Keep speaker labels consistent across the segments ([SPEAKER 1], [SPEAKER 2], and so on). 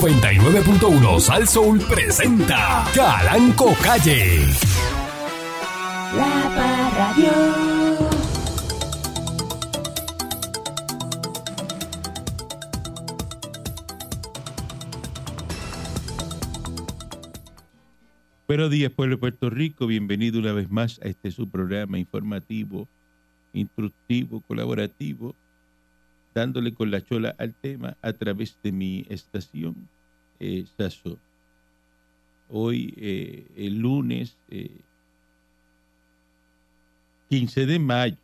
[SPEAKER 1] 99.1 Sal Soul presenta Calanco Calle.
[SPEAKER 2] La Parradio.
[SPEAKER 3] Buenos días, pueblo de Puerto Rico. Bienvenido una vez más a este su programa informativo, instructivo, colaborativo, dándole con la chola al tema a través de mi estación, eh, Sasso. Hoy, eh, el lunes eh, 15 de mayo.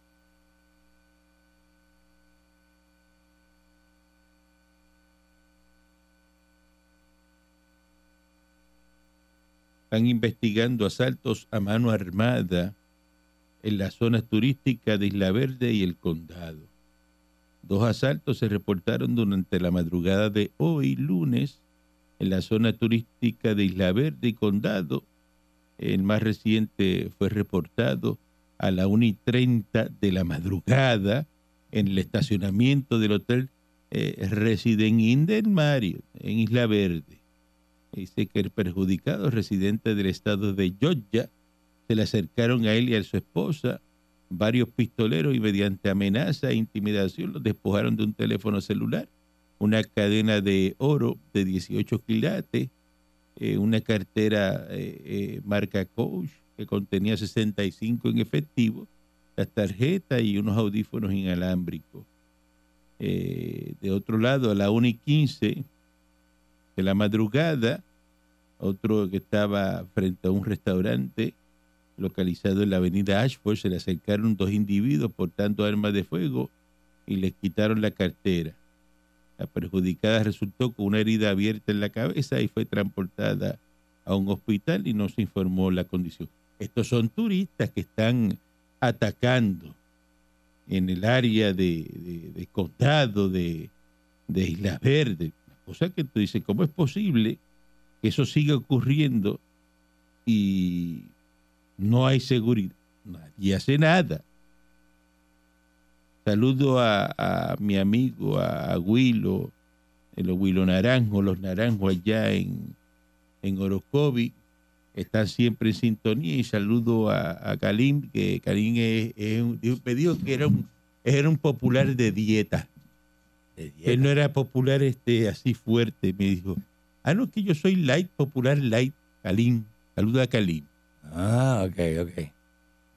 [SPEAKER 3] Están investigando asaltos a mano armada en las zonas turísticas de Isla Verde y el condado. Dos asaltos se reportaron durante la madrugada de hoy, lunes, en la zona turística de Isla Verde y Condado. El más reciente fue reportado a la 1 y 30 de la madrugada en el estacionamiento del hotel eh, Resident Inn del Mario, en Isla Verde. Dice que el perjudicado residente del estado de Georgia se le acercaron a él y a su esposa varios pistoleros y mediante amenaza e intimidación los despojaron de un teléfono celular, una cadena de oro de 18 quilates, eh, una cartera eh, eh, marca Coach que contenía 65 en efectivo, las tarjetas y unos audífonos inalámbricos. Eh, de otro lado, a la 1 y 15 de la madrugada, otro que estaba frente a un restaurante localizado en la avenida Ashford, se le acercaron dos individuos portando armas de fuego y les quitaron la cartera. La perjudicada resultó con una herida abierta en la cabeza y fue transportada a un hospital y no se informó la condición. Estos son turistas que están atacando en el área de, de- de condado de, de Isla Verde. Cosa que tú dices, ¿cómo es posible que eso siga ocurriendo y no hay seguridad. Nadie hace nada. Saludo a, a mi amigo, a, a Willo, el Willo Naranjo, los Naranjos allá en, en Orocovi. Están siempre en sintonía y saludo a, a Kalim, que Kalim es, es un- dijo- me dijo que era un, era un popular de dieta. Él no era popular este así fuerte, me dijo. Ah, no, que yo soy light, popular light, Kalim. Saludo a Kalim.
[SPEAKER 4] Ah, ok, ok.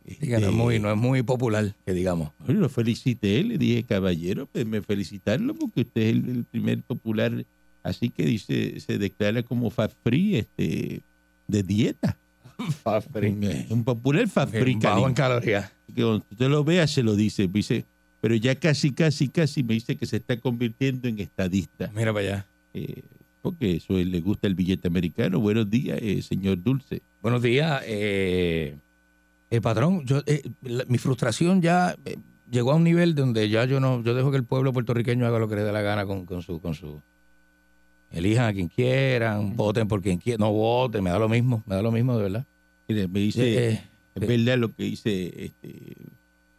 [SPEAKER 4] Sí, que no,
[SPEAKER 3] Este,
[SPEAKER 4] es muy, no es muy popular, que digamos.
[SPEAKER 3] Bueno, lo felicité, le dije, caballero, pues me felicitarlo porque usted es el, el primer popular, así que dice, se declara como fat free, este, de dieta. Un- eh, Un popular fat free,
[SPEAKER 4] Bajo
[SPEAKER 3] Karim.
[SPEAKER 4] en calorías.
[SPEAKER 3] Que cuando usted lo vea, se lo dice, me dice, pero ya casi, casi, casi me dice que se está convirtiendo en estadista.
[SPEAKER 4] Mira para allá.
[SPEAKER 3] Eh, porque eso es- le gusta el billete americano. Buenos días, eh, señor Dulce.
[SPEAKER 4] Buenos días, eh, eh, patrón. Yo, eh, la- mi frustración ya eh, llegó a un nivel donde ya yo no, yo dejo que el pueblo puertorriqueño haga lo que le dé la gana con, con su, con su. Elijan a quien quieran, voten por quien quieran, no voten, me da lo mismo, me da lo mismo de verdad.
[SPEAKER 3] Mire, me dice,
[SPEAKER 4] Eh, eh,
[SPEAKER 3] es verdad lo que dice este,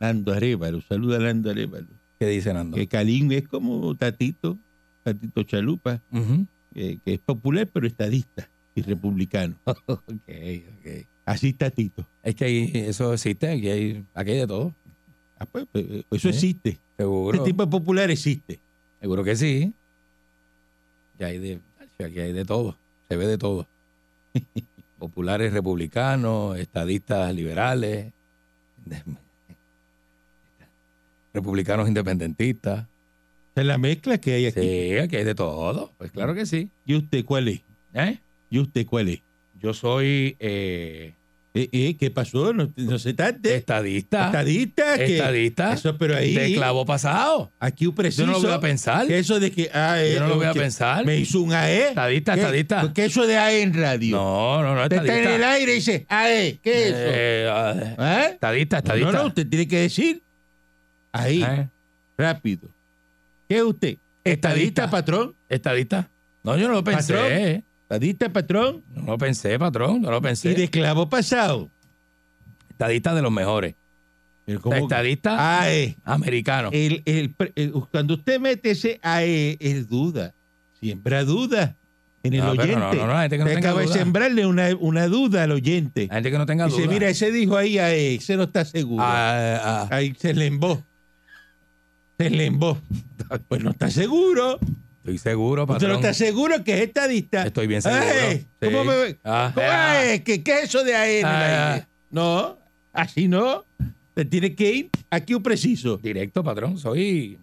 [SPEAKER 3] Nando Arevalo. Saluda a Nando Arevalo.
[SPEAKER 4] ¿Qué dice Nando?
[SPEAKER 3] que Kalim es como Tatito, Tatito Chalupa,
[SPEAKER 4] Ujú.
[SPEAKER 3] eh, que es popular pero estadista y republicano.
[SPEAKER 4] Ok, ok.
[SPEAKER 3] Así Tatito.
[SPEAKER 4] Es que ahí, eso existe, aquí hay, aquí hay de todo,
[SPEAKER 3] Ah, pues, pues, eh, Eso
[SPEAKER 4] Sí.
[SPEAKER 3] existe.
[SPEAKER 4] seguro.
[SPEAKER 3] Ese tipo de popular existe.
[SPEAKER 4] Seguro que sí. Ya hay de, aquí hay de todo, se ve de todo. Populares republicanos, estadistas liberales, de- republicanos independentistas.
[SPEAKER 3] Esa es la mezcla que hay aquí.
[SPEAKER 4] Sí, aquí hay de todo. Pues claro que sí.
[SPEAKER 3] ¿Y usted cuál es?
[SPEAKER 4] ¿Eh?
[SPEAKER 3] ¿Y usted cuál es?
[SPEAKER 4] Yo soy eh,
[SPEAKER 3] Eh, eh, ¿Qué pasó? No, no se tarde.
[SPEAKER 4] estadista.
[SPEAKER 3] Estadista. que-
[SPEAKER 4] Estadista.
[SPEAKER 3] Eso, pero ahí.
[SPEAKER 4] de clavo pasado.
[SPEAKER 3] Aquí un
[SPEAKER 4] Yo
[SPEAKER 3] preciso.
[SPEAKER 4] no lo voy a pensar.
[SPEAKER 3] que Eso de que. ah, eh,
[SPEAKER 4] Yo no lo voy a
[SPEAKER 3] que-
[SPEAKER 4] pensar.
[SPEAKER 3] Me hizo un E, AE.
[SPEAKER 4] Estadista,
[SPEAKER 3] ¿Qué?
[SPEAKER 4] estadista.
[SPEAKER 3] Porque eso de AE en radio.
[SPEAKER 4] No, no, no,
[SPEAKER 3] Usted está en el
[SPEAKER 4] estadista.
[SPEAKER 3] aire y dice AE. ¿Qué es eso?
[SPEAKER 4] Eh, ah,
[SPEAKER 3] ¿Eh?
[SPEAKER 4] estadista,
[SPEAKER 3] No,
[SPEAKER 4] estadista.
[SPEAKER 3] no, usted tiene que decir ahí,
[SPEAKER 4] ¿Eh?
[SPEAKER 3] rápido. ¿Qué es usted? ¿Estadista,
[SPEAKER 4] Estadista.
[SPEAKER 3] patrón?
[SPEAKER 4] Estadista. No, yo no lo pensé.
[SPEAKER 3] Patrón. ¿Estadista, patrón?
[SPEAKER 4] No lo pensé, patrón. No lo pensé.
[SPEAKER 3] Y de clavo pasado.
[SPEAKER 4] Estadista de los mejores.
[SPEAKER 3] Pero ¿cómo que- Ah. E. Eh,
[SPEAKER 4] Estadista
[SPEAKER 3] AE.
[SPEAKER 4] americano.
[SPEAKER 3] El- el pre- el- cuando usted mete ese AE, es duda. E, Siembra duda. en el
[SPEAKER 4] No, Ah, pero
[SPEAKER 3] oyente.
[SPEAKER 4] no, no, no, la gente que no
[SPEAKER 3] Te
[SPEAKER 4] tenga
[SPEAKER 3] acaba de
[SPEAKER 4] duda.
[SPEAKER 3] sembrarle una, una duda al oyente.
[SPEAKER 4] La gente que no tenga duda.
[SPEAKER 3] Dice, mira, eh, ese dijo ahí, ahí, ese no está seguro.
[SPEAKER 4] Ah, ah,
[SPEAKER 3] Ahí se le embó. Se le embó. Pues no está seguro.
[SPEAKER 4] ah, estoy seguro,
[SPEAKER 3] Usted no
[SPEAKER 4] patrón.
[SPEAKER 3] está seguro que es estadista.
[SPEAKER 4] Estoy bien seguro.
[SPEAKER 3] Ay, ¿Cómo
[SPEAKER 4] Sí.
[SPEAKER 3] me ve?
[SPEAKER 4] Ah,
[SPEAKER 3] ¿Cómo
[SPEAKER 4] ah.
[SPEAKER 3] es? ¿Qué, qué es eso de AN?
[SPEAKER 4] Ah.
[SPEAKER 3] Laine? No, así no. Te tiene que ir aquí un preciso.
[SPEAKER 4] Directo, patrón. Soy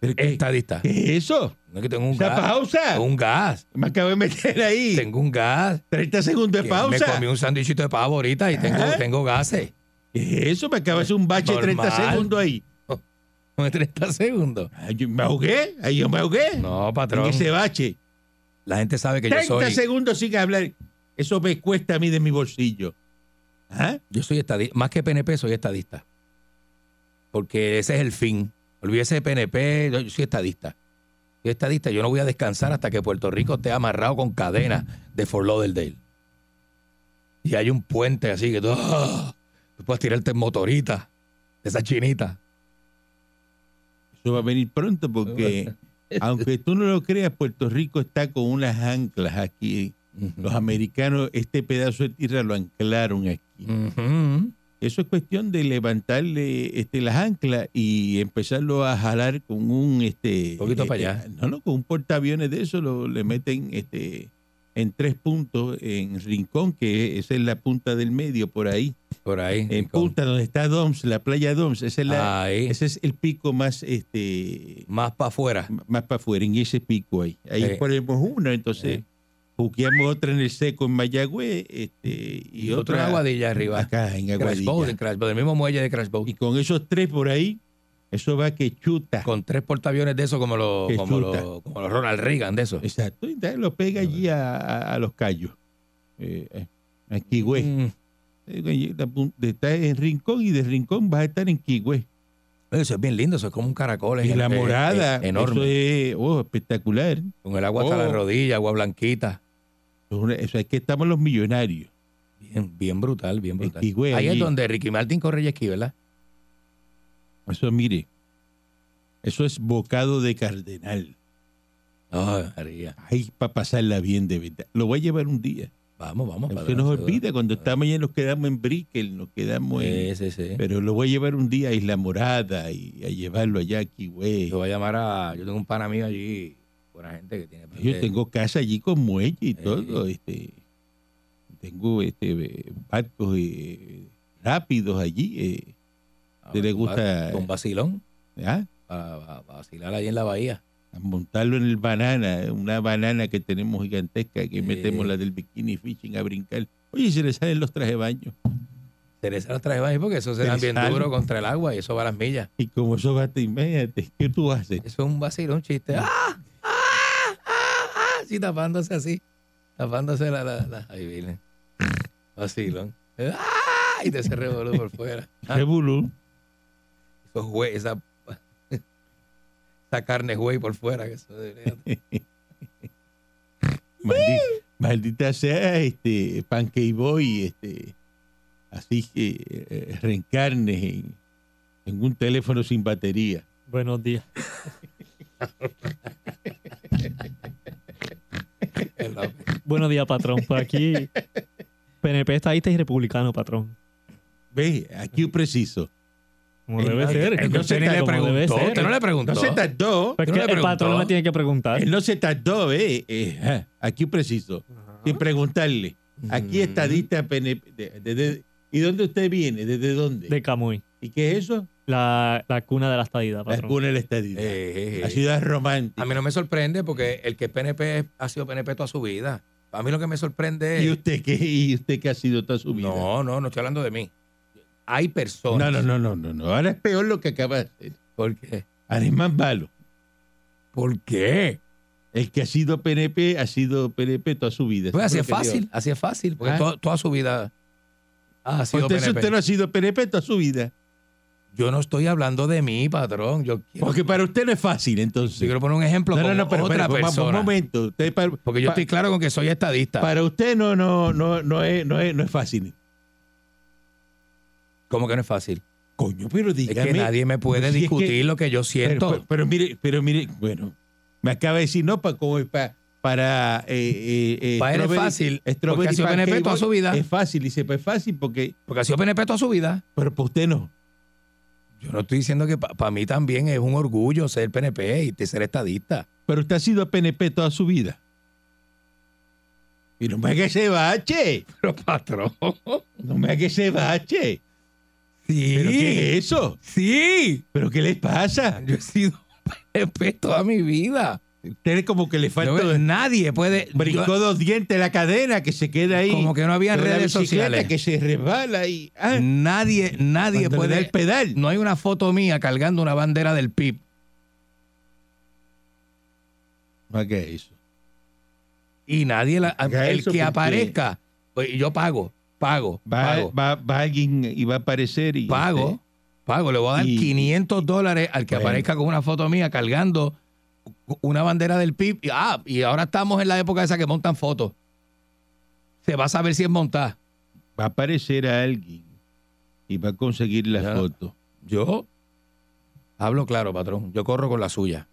[SPEAKER 3] ¿Pero ¿Qué,
[SPEAKER 4] estadista.
[SPEAKER 3] qué es eso?
[SPEAKER 4] No es que tengo un
[SPEAKER 3] ¿Esa
[SPEAKER 4] gas.
[SPEAKER 3] pausa?
[SPEAKER 4] Un gas.
[SPEAKER 3] Me acabo de meter ahí.
[SPEAKER 4] Tengo un gas.
[SPEAKER 3] 30 segundos de
[SPEAKER 4] Que Me
[SPEAKER 3] pausa. ¿Eh?
[SPEAKER 4] comí un sándwichito de pavo ahorita y tengo,
[SPEAKER 3] Ajá.
[SPEAKER 4] tengo gases.
[SPEAKER 3] ¿Qué es eso? Me acabo de hacer un bache de 30
[SPEAKER 4] Normal.
[SPEAKER 3] segundos ahí.
[SPEAKER 4] No 30 segundos.
[SPEAKER 3] Ay, yo me ahogué. Ahí yo me ahogué.
[SPEAKER 4] No,
[SPEAKER 3] en
[SPEAKER 4] patrón.
[SPEAKER 3] ese bache.
[SPEAKER 4] La gente sabe que yo
[SPEAKER 3] 30
[SPEAKER 4] soy.
[SPEAKER 3] segundos sin hablar. Eso me cuesta a mí de mi bolsillo. ¿Ah?
[SPEAKER 4] Yo soy estadista. Más que PNP, soy estadista. Porque ese es el fin. Olvídese de PNP, yo yo soy estadista. Soy estadista. Yo no voy a descansar hasta que Puerto Rico esté amarrado con cadenas de Fort Lauderdale. Y hay un puente así que tú, ¡ah! tú puedes tirarte en motorita de esa chinita.
[SPEAKER 3] Eso va a venir pronto porque, aunque tú no lo creas, Puerto Rico está con unas anclas aquí. Los americanos este pedazo de tierra lo anclaron aquí.
[SPEAKER 4] Ujú.
[SPEAKER 3] Eso es cuestión de levantarle este, las anclas y empezarlo a jalar con un... Este,
[SPEAKER 4] Poquito
[SPEAKER 3] eh,
[SPEAKER 4] para allá.
[SPEAKER 3] eh, No, no, con un portaaviones de eso lo, le meten este, en tres puntos en Rincón, que esa es la punta del medio por ahí.
[SPEAKER 4] Por ahí.
[SPEAKER 3] En
[SPEAKER 4] Rincón. Ah,
[SPEAKER 3] punta donde está Doms, la playa Doms. Esa es la,
[SPEAKER 4] Ahí.
[SPEAKER 3] ese es el pico más... este
[SPEAKER 4] Más para afuera.
[SPEAKER 3] M- más para afuera, en ese pico ahí. Ahí
[SPEAKER 4] Sí.
[SPEAKER 3] ponemos una, entonces
[SPEAKER 4] Sí.
[SPEAKER 3] buqueamos otra en el seco en Mayagüez este, y,
[SPEAKER 4] Y otra
[SPEAKER 3] otra
[SPEAKER 4] en Aguadilla arriba.
[SPEAKER 3] acá en
[SPEAKER 4] Crash Boat, en
[SPEAKER 3] Aguadilla.
[SPEAKER 4] Crash Boat, del mismo muelle de Crash Boat.
[SPEAKER 3] Y con esos tres por ahí, eso va que chuta.
[SPEAKER 4] con tres portaaviones de esos como los
[SPEAKER 3] Que
[SPEAKER 4] como
[SPEAKER 3] chuta.
[SPEAKER 4] los como los Ronald Reagan de esos.
[SPEAKER 3] Exacto, y da- lo pega allí a, a- a los callos. Eh, eh, a Quigüé.
[SPEAKER 4] Mm.
[SPEAKER 3] Eh, güey, la pun- Estás en Rincón y de Rincón vas a estar en Quigüé.
[SPEAKER 4] Eso es bien lindo, eso es como un caracol.
[SPEAKER 3] Y
[SPEAKER 4] en-
[SPEAKER 3] la
[SPEAKER 4] eh,
[SPEAKER 3] morada,
[SPEAKER 4] eh, enorme.
[SPEAKER 3] eso es oh, espectacular. Eso
[SPEAKER 4] Con el agua hasta
[SPEAKER 3] Oh.
[SPEAKER 4] la rodilla, agua blanquita.
[SPEAKER 3] es una- eso es que estamos los millonarios.
[SPEAKER 4] Bien, bien brutal, bien brutal.
[SPEAKER 3] Esquigüe,
[SPEAKER 4] Ahí es
[SPEAKER 3] allí.
[SPEAKER 4] donde Ricky Martin corre aquí, ¿verdad?
[SPEAKER 3] Eso, mire, eso es bocado de cardenal.
[SPEAKER 4] Ay, María.
[SPEAKER 3] Ay, para pasarla bien de verdad. Lo voy a llevar un día.
[SPEAKER 4] Vamos, vamos.
[SPEAKER 3] Se
[SPEAKER 4] padrón,
[SPEAKER 3] nos
[SPEAKER 4] seguro.
[SPEAKER 3] olvida, cuando estamos allá nos quedamos en Brickell, nos quedamos en...
[SPEAKER 4] Sí, sí, sí.
[SPEAKER 3] Pero lo voy a llevar un día a Isla Morada y a llevarlo allá aquí, güey.
[SPEAKER 4] Yo voy a llamar a. Yo tengo un pana mío allí, buena gente que tiene.
[SPEAKER 3] Yo tengo casa allí con muelle y
[SPEAKER 4] Sí.
[SPEAKER 3] todo. Este, tengo este, eh, barcos eh, rápidos allí. eh,
[SPEAKER 4] Ah,
[SPEAKER 3] ¿te le
[SPEAKER 4] un
[SPEAKER 3] gusta,
[SPEAKER 4] va- Un vacilón.
[SPEAKER 3] ¿ah?
[SPEAKER 4] Para, para- para vacilar ahí en la bahía.
[SPEAKER 3] A montarlo en el banana, eh, una banana que tenemos gigantesca, que
[SPEAKER 4] Sí.
[SPEAKER 3] metemos la del bikini fishing a brincar. Oye, y se le salen los trajes de baño.
[SPEAKER 4] Teresa los traje bajo porque eso se
[SPEAKER 3] Te
[SPEAKER 4] dan bien
[SPEAKER 3] salen.
[SPEAKER 4] duro contra el agua y eso va a las millas.
[SPEAKER 3] Y como eso va, te imagínate, ¿qué tú haces?
[SPEAKER 4] Eso es un vacilo, un
[SPEAKER 5] Mm.
[SPEAKER 4] chiste. ¡Ah! ¡Ah! ¡Ah! ¡Ah! Sí, tapándose así. Tapándose la. la, la- Ahí viene. Vacilón. ¡Ah! Y te se revoló por fuera. Ah,
[SPEAKER 3] Revolú.
[SPEAKER 4] esos güey, esa, esa carne güey por fuera. Que eso debería-
[SPEAKER 3] Maldi- maldita sea este Pancake Boy, este, así que eh, reencarnes en, en un teléfono sin batería.
[SPEAKER 5] Buenos días. Buenos días, patrón. Por aquí, PNP, estadista y republicano, patrón.
[SPEAKER 3] ¿Ves? Aquí un preciso.
[SPEAKER 5] Como
[SPEAKER 3] Eh,
[SPEAKER 5] debe
[SPEAKER 3] no,
[SPEAKER 5] ser.
[SPEAKER 3] eh,
[SPEAKER 5] como
[SPEAKER 4] Usted ni
[SPEAKER 5] debe-
[SPEAKER 4] le
[SPEAKER 5] como debe
[SPEAKER 4] preguntó.
[SPEAKER 5] ser.
[SPEAKER 4] Usted no le preguntó.
[SPEAKER 3] No se tardó.
[SPEAKER 5] Pues
[SPEAKER 4] no
[SPEAKER 5] que
[SPEAKER 4] le
[SPEAKER 5] el
[SPEAKER 4] preguntó.
[SPEAKER 5] patrón me tiene que preguntar.
[SPEAKER 3] Él no se tardó, ¿ves? Eh, ajá, aquí un preciso. Sin preguntarle. Aquí
[SPEAKER 4] Mm.
[SPEAKER 3] estadista PNP. de- de- de- ¿Y dónde usted viene? ¿Desde dónde?
[SPEAKER 5] De Camuy.
[SPEAKER 3] ¿Y qué es eso?
[SPEAKER 5] La, la cuna de la estadía,
[SPEAKER 3] La
[SPEAKER 5] patrón.
[SPEAKER 3] cuna de la estadidad.
[SPEAKER 4] Eh, eh, eh.
[SPEAKER 3] La ciudad romántica.
[SPEAKER 4] A mí no me sorprende porque el que es PNP es- ha sido PNP toda su vida. A mí lo que me sorprende es.
[SPEAKER 3] ¿Y usted qué? ¿Y usted qué ha sido toda su vida?
[SPEAKER 4] No, no, no estoy hablando de mí. Hay
[SPEAKER 3] No,
[SPEAKER 4] personas.
[SPEAKER 3] no, no, no, no, no. Ahora es peor lo que acaba de hacer.
[SPEAKER 4] ¿Por qué?
[SPEAKER 3] Ahora es más malo.
[SPEAKER 4] ¿Por qué?
[SPEAKER 3] El que ha sido PNP ha sido PNP toda su vida.
[SPEAKER 4] Pues así es
[SPEAKER 3] Eso lo que
[SPEAKER 4] fácil,
[SPEAKER 3] digo.
[SPEAKER 4] así es fácil, porque
[SPEAKER 3] Ah.
[SPEAKER 4] to- toda su vida ha sido
[SPEAKER 3] Entonces
[SPEAKER 4] PNP.
[SPEAKER 3] usted no ha sido PNP toda su vida.
[SPEAKER 4] Yo no estoy hablando de mí, patrón. Yo quiero,
[SPEAKER 3] Porque para usted no es fácil,
[SPEAKER 4] yo
[SPEAKER 3] entonces.
[SPEAKER 4] quiero poner un ejemplo
[SPEAKER 3] no,
[SPEAKER 4] con
[SPEAKER 3] no, no, pero, pero,
[SPEAKER 4] otra
[SPEAKER 3] vamos,
[SPEAKER 4] persona.
[SPEAKER 3] un momento. Usted para,
[SPEAKER 4] porque yo
[SPEAKER 3] pa-
[SPEAKER 4] estoy claro con que soy estadista.
[SPEAKER 3] para usted no, no, no, no, es, no, es, no es fácil.
[SPEAKER 4] ¿Cómo que no es fácil?
[SPEAKER 3] Coño, pero dígame.
[SPEAKER 4] es que nadie me puede
[SPEAKER 3] si es que-
[SPEAKER 4] discutir lo que
[SPEAKER 3] pero,
[SPEAKER 4] yo
[SPEAKER 3] pues,
[SPEAKER 4] siento.
[SPEAKER 3] pero- pero mire, pero mire, bueno, me acaba de decir, no, para como para para eh, eh, eh,
[SPEAKER 4] Para él es
[SPEAKER 3] strawberry-
[SPEAKER 4] fácil,
[SPEAKER 3] strawberry
[SPEAKER 4] porque ha sido
[SPEAKER 3] pancake
[SPEAKER 4] PNP toda
[SPEAKER 3] boy,
[SPEAKER 4] su vida.
[SPEAKER 3] Es fácil, dice, pues es fácil porque,
[SPEAKER 4] Porque ha sido PNP toda su vida.
[SPEAKER 3] pero para usted no.
[SPEAKER 4] Yo no estoy diciendo que para mí también es un orgullo ser PNP y te- ser estadista.
[SPEAKER 3] Pero usted ha sido PNP toda su vida. Y no me haga ese bache.
[SPEAKER 4] Pero patrón.
[SPEAKER 3] No me haga ese bache.
[SPEAKER 4] Sí.
[SPEAKER 3] ¿Pero qué es eso?
[SPEAKER 4] Sí.
[SPEAKER 3] ¿Pero qué les pasa?
[SPEAKER 4] Yo he sido PNP toda mi vida.
[SPEAKER 3] Ustedes como que le falta...
[SPEAKER 4] Yo- nadie puede.
[SPEAKER 3] Pues brincó dos dientes la cadena que se queda ahí.
[SPEAKER 4] Como que no había
[SPEAKER 3] Pero la
[SPEAKER 4] redes
[SPEAKER 3] bicicleta
[SPEAKER 4] sociales.
[SPEAKER 3] que se resbala y... ah,
[SPEAKER 4] Nadie, nadie
[SPEAKER 3] cuando le da
[SPEAKER 4] puede.
[SPEAKER 3] el pedal.
[SPEAKER 4] No hay una foto mía cargando una bandera del PIB.
[SPEAKER 3] No, ¿qué es eso?
[SPEAKER 4] Y nadie la.
[SPEAKER 3] Haga
[SPEAKER 4] el
[SPEAKER 3] eso
[SPEAKER 4] que
[SPEAKER 3] porque-
[SPEAKER 4] aparezca. pues, yo pago, pago,
[SPEAKER 3] Va,
[SPEAKER 4] pago.
[SPEAKER 3] va- va alguien y va a aparecer y... este,
[SPEAKER 4] pago, pago. Le voy a dar
[SPEAKER 3] Y-
[SPEAKER 4] 500 dólares al que
[SPEAKER 3] Bueno.
[SPEAKER 4] aparezca con una foto mía cargando una bandera del PIB. Y, ah, y ahora estamos en la época esa que montan fotos. Se va a saber si es montada.
[SPEAKER 3] va a aparecer a alguien y va a conseguir la
[SPEAKER 4] Ya.
[SPEAKER 3] foto.
[SPEAKER 4] Yo hablo claro, patrón. Yo corro con la suya.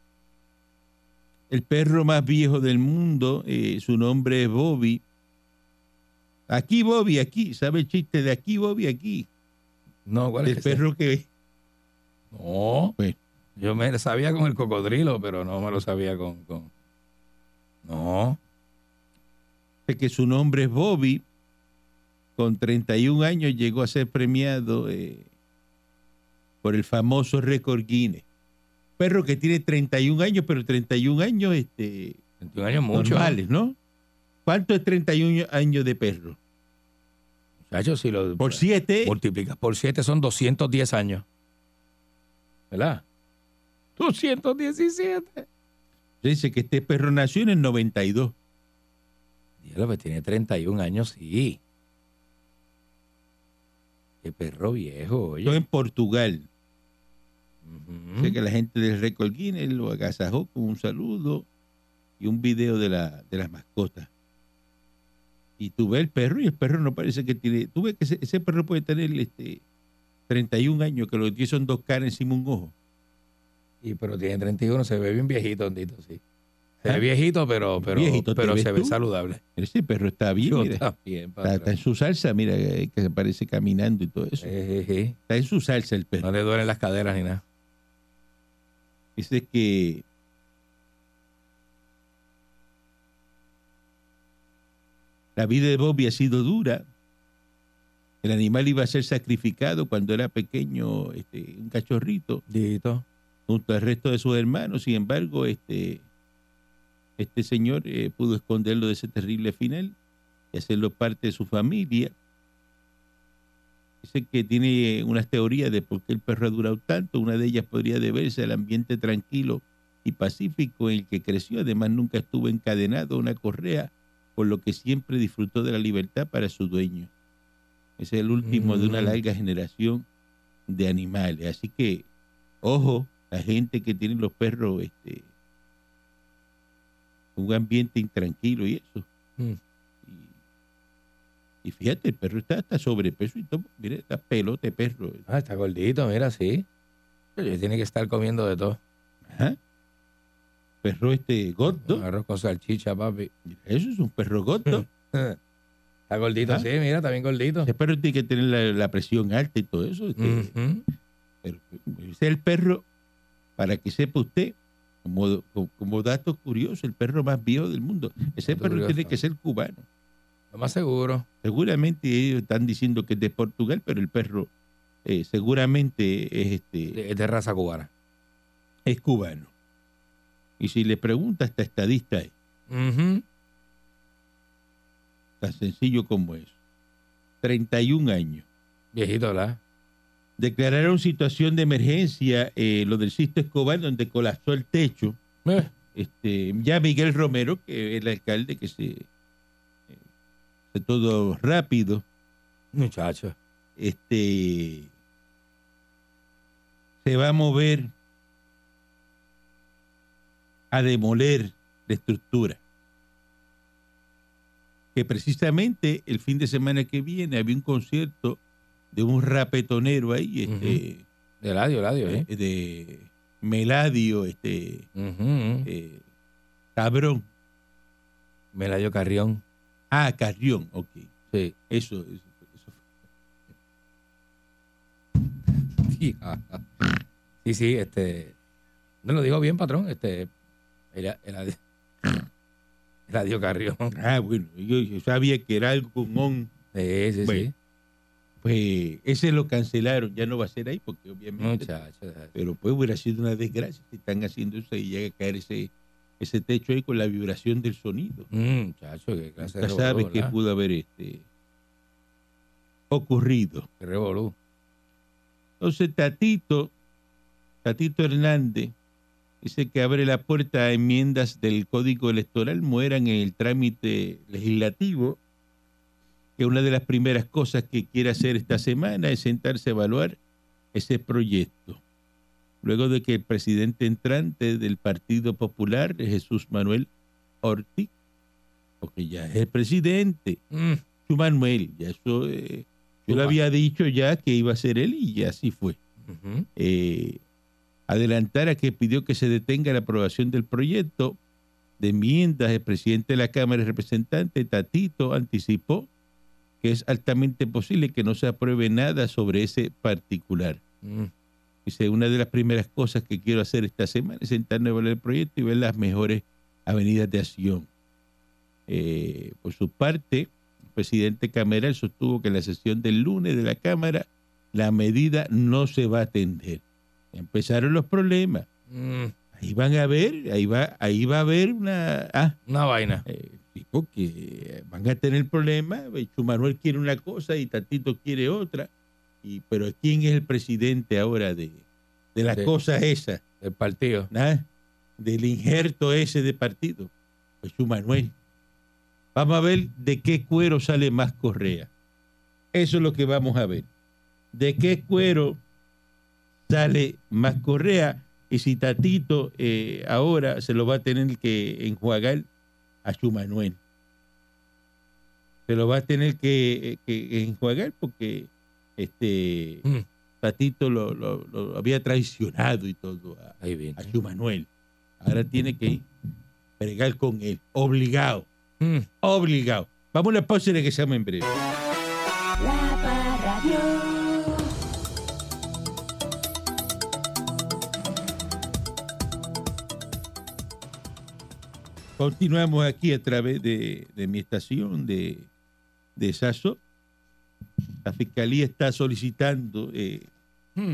[SPEAKER 3] El perro más viejo del mundo, eh, su nombre es Bobby. Aquí Bobby, aquí, ¿sabe el chiste de aquí Bobby, aquí?
[SPEAKER 4] No, ¿cuál es
[SPEAKER 3] El
[SPEAKER 4] ese?
[SPEAKER 3] perro que...
[SPEAKER 4] No.
[SPEAKER 3] Pues.
[SPEAKER 4] Yo me lo sabía con el cocodrilo, pero no me lo sabía con. con- No.
[SPEAKER 3] de que su nombre es Bobby, con 31 años llegó a ser premiado eh, por el famoso récord Guinness. Perro que tiene 31 años, pero 31 años este,
[SPEAKER 4] 21 años mucho.
[SPEAKER 3] normales, ¿no? ¿Cuánto es 31 años de perro?
[SPEAKER 4] Muchachos, si lo
[SPEAKER 3] Por 7,
[SPEAKER 4] multiplicas por 7 son 210 años. ¿Verdad? 217.
[SPEAKER 3] dice que este perro nació en el 92.
[SPEAKER 4] Diablo, pues tiene 31 años, sí. Qué perro viejo, oye.
[SPEAKER 3] Yo en Portugal.
[SPEAKER 4] Ujú.
[SPEAKER 3] Sé que la gente del récord Guinness lo agasajó con un saludo y un video de, la, de las mascotas. Y tú ves el perro y el perro no parece que tiene... Tú ves que ese, ese perro puede tener este, 31 años, que lo que tiene son dos caras encima de un ojo.
[SPEAKER 4] Y pero tiene 31, se ve bien viejito, hondito, sí. Se
[SPEAKER 3] ¿Ah?
[SPEAKER 4] ve viejito, pero, pero,
[SPEAKER 3] Viejito, ¿te
[SPEAKER 4] pero
[SPEAKER 3] ves
[SPEAKER 4] se ve
[SPEAKER 3] tú?
[SPEAKER 4] saludable.
[SPEAKER 3] Ese perro está bien,
[SPEAKER 4] Yo
[SPEAKER 3] mira. Está,
[SPEAKER 4] también,
[SPEAKER 3] está
[SPEAKER 4] patrón.
[SPEAKER 3] en su salsa, mira, eh, que se parece caminando y todo eso.
[SPEAKER 4] Ejejé.
[SPEAKER 3] Está en su salsa el perro.
[SPEAKER 4] No le duelen las caderas ni nada.
[SPEAKER 3] Dice que. La vida de Bobby ha sido dura. El animal iba a ser sacrificado cuando era pequeño, este, un cachorrito,
[SPEAKER 4] Dito.
[SPEAKER 3] junto al resto de sus hermanos. Sin embargo, este, este señor eh, pudo esconderlo de ese terrible final y hacerlo parte de su familia. Dice que tiene unas teorías de por qué el perro ha durado tanto. Una de ellas podría deberse al ambiente tranquilo y pacífico en el que creció. Además, nunca estuvo encadenado a una correa, por lo que siempre disfrutó de la libertad para su dueño. Es el último de una
[SPEAKER 4] Mm.
[SPEAKER 3] larga generación de animales. Así que, ojo, la gente que tiene los perros, este, un ambiente intranquilo y eso.
[SPEAKER 4] Mm.
[SPEAKER 3] Y, y fíjate, el perro está hasta sobrepeso y todo. Mira, está pelote de perro.
[SPEAKER 4] Ah, está gordito, mira, sí. Oye, tiene que estar comiendo de todo.
[SPEAKER 3] Ajá. ¿eh? Perro este gordo.
[SPEAKER 4] Arroz con salchicha, papi.
[SPEAKER 3] Mira, eso es un perro gordo.
[SPEAKER 4] Está gordito,
[SPEAKER 3] Ajá.
[SPEAKER 4] sí, mira, está bien gordito.
[SPEAKER 3] Ese perro tiene que tener la, la presión alta y todo eso. este,
[SPEAKER 4] Ujú.
[SPEAKER 3] pero, ese es el perro, para que sepa usted, como, como, como dato curioso, el perro más viejo del mundo. Ese
[SPEAKER 4] Dato
[SPEAKER 3] perro tiene
[SPEAKER 4] curioso.
[SPEAKER 3] que ser cubano.
[SPEAKER 4] Lo más seguro.
[SPEAKER 3] Seguramente ellos están diciendo que es de Portugal, pero el perro eh, seguramente es este.
[SPEAKER 4] Es de raza cubana.
[SPEAKER 3] es cubano. Y si le pregunta esta estadista es
[SPEAKER 4] Ujú.
[SPEAKER 3] tan sencillo como es. 31 años.
[SPEAKER 4] Viejito, ¿verdad?
[SPEAKER 3] Declararon situación de emergencia eh, lo del Sisto Escobar, donde colapsó el techo.
[SPEAKER 4] Eh,
[SPEAKER 3] Este, ya Miguel Romero, que es el alcalde, que se. eh, hace todo rápido.
[SPEAKER 4] Muchacho.
[SPEAKER 3] Este. Se va a mover a demoler la estructura. Que precisamente el fin de semana que viene había un concierto de un rapetonero ahí, este,
[SPEAKER 4] De ladio, ladio, ¿eh?
[SPEAKER 3] eh, de Meladio, este
[SPEAKER 4] Ujú.
[SPEAKER 3] eh, cabrón.
[SPEAKER 4] Melayo Carrión.
[SPEAKER 3] Ah, Carrión, ok.
[SPEAKER 4] Sí.
[SPEAKER 3] Eso, eso, eso.
[SPEAKER 4] Sí, sí, este. No lo digo bien, patrón. Este. El, el, Eladio Carrión.
[SPEAKER 3] Ah, bueno, yo, yo sabía que era algo con on.
[SPEAKER 4] Sí, sí,
[SPEAKER 3] Bueno.
[SPEAKER 4] sí.
[SPEAKER 3] Pues ese lo cancelaron, ya no va a ser ahí porque obviamente...
[SPEAKER 4] Muchacho. déjate.
[SPEAKER 3] Pero pues hubiera sido una desgracia si están haciendo eso y llega a caer ese, ese techo ahí con la vibración del sonido.
[SPEAKER 4] Mm, Muchacho, qué clase de
[SPEAKER 3] Ya
[SPEAKER 4] revolú,
[SPEAKER 3] sabes qué
[SPEAKER 4] ¿verdad?
[SPEAKER 3] pudo haber este ocurrido.
[SPEAKER 4] Qué revolú.
[SPEAKER 3] Entonces Tatito, Tatito Hernández, dice que abre la puerta a enmiendas del Código Electoral, mueran en el trámite legislativo, que una de las primeras cosas que quiere hacer esta semana es sentarse a evaluar ese proyecto. Luego de que el presidente entrante del Partido Popular, Jesús Manuel Ortiz, porque ya es el presidente,
[SPEAKER 4] Mm,
[SPEAKER 3] Chu Manuel, ya eso, eh, yo
[SPEAKER 4] Chu
[SPEAKER 3] le había dicho ya que iba a ser él y ya así fue
[SPEAKER 4] ujú.
[SPEAKER 3] eh, adelantara que pidió que se detenga la aprobación del proyecto de enmiendas. El presidente de la Cámara de Representantes, Tatito, anticipó que es altamente posible que no se apruebe nada sobre ese particular.
[SPEAKER 4] Mm,
[SPEAKER 3] Dice, una de las primeras cosas que quiero hacer esta semana es sentarme a evaluar el proyecto y ver las mejores avenidas de acción. Eh, por su parte, el presidente Cameral sostuvo que en la sesión del lunes de la Cámara la medida no se va a atender. Empezaron los problemas.
[SPEAKER 4] mm,
[SPEAKER 3] Ahí van a ver, ahí va, ahí va a haber una... Ah,
[SPEAKER 4] Una vaina.
[SPEAKER 3] eh, digo que eh, van a tener problemas. Chu Manuel quiere una cosa y Tatito quiere otra. Y, pero ¿quién es el presidente ahora de, de las
[SPEAKER 4] De-
[SPEAKER 3] cosas esas?
[SPEAKER 4] El partido.
[SPEAKER 3] ¿Ah? Del injerto ese de partido. Pues Chu Manuel. Vamos a ver de qué cuero sale más correa. Eso es lo que vamos a ver. ¿De qué cuero sale más correa? Y si Tatito eh, ahora se lo va a tener que enjuagar a Chu Manuel. Se lo va a tener que, eh, que enjuagar porque este
[SPEAKER 4] Mm,
[SPEAKER 3] Tatito lo, lo- lo había traicionado y todo a,
[SPEAKER 4] Ahí viene.
[SPEAKER 3] a Chu Manuel. Ahora tiene que bregar con él, obligado,
[SPEAKER 4] Mm,
[SPEAKER 3] obligado. Vamos a una pausa y regresamos en breve.
[SPEAKER 2] La Parra Radio.
[SPEAKER 3] Continuamos aquí a través de, de mi estación de, de Saso. La fiscalía está solicitando eh,
[SPEAKER 4] mm.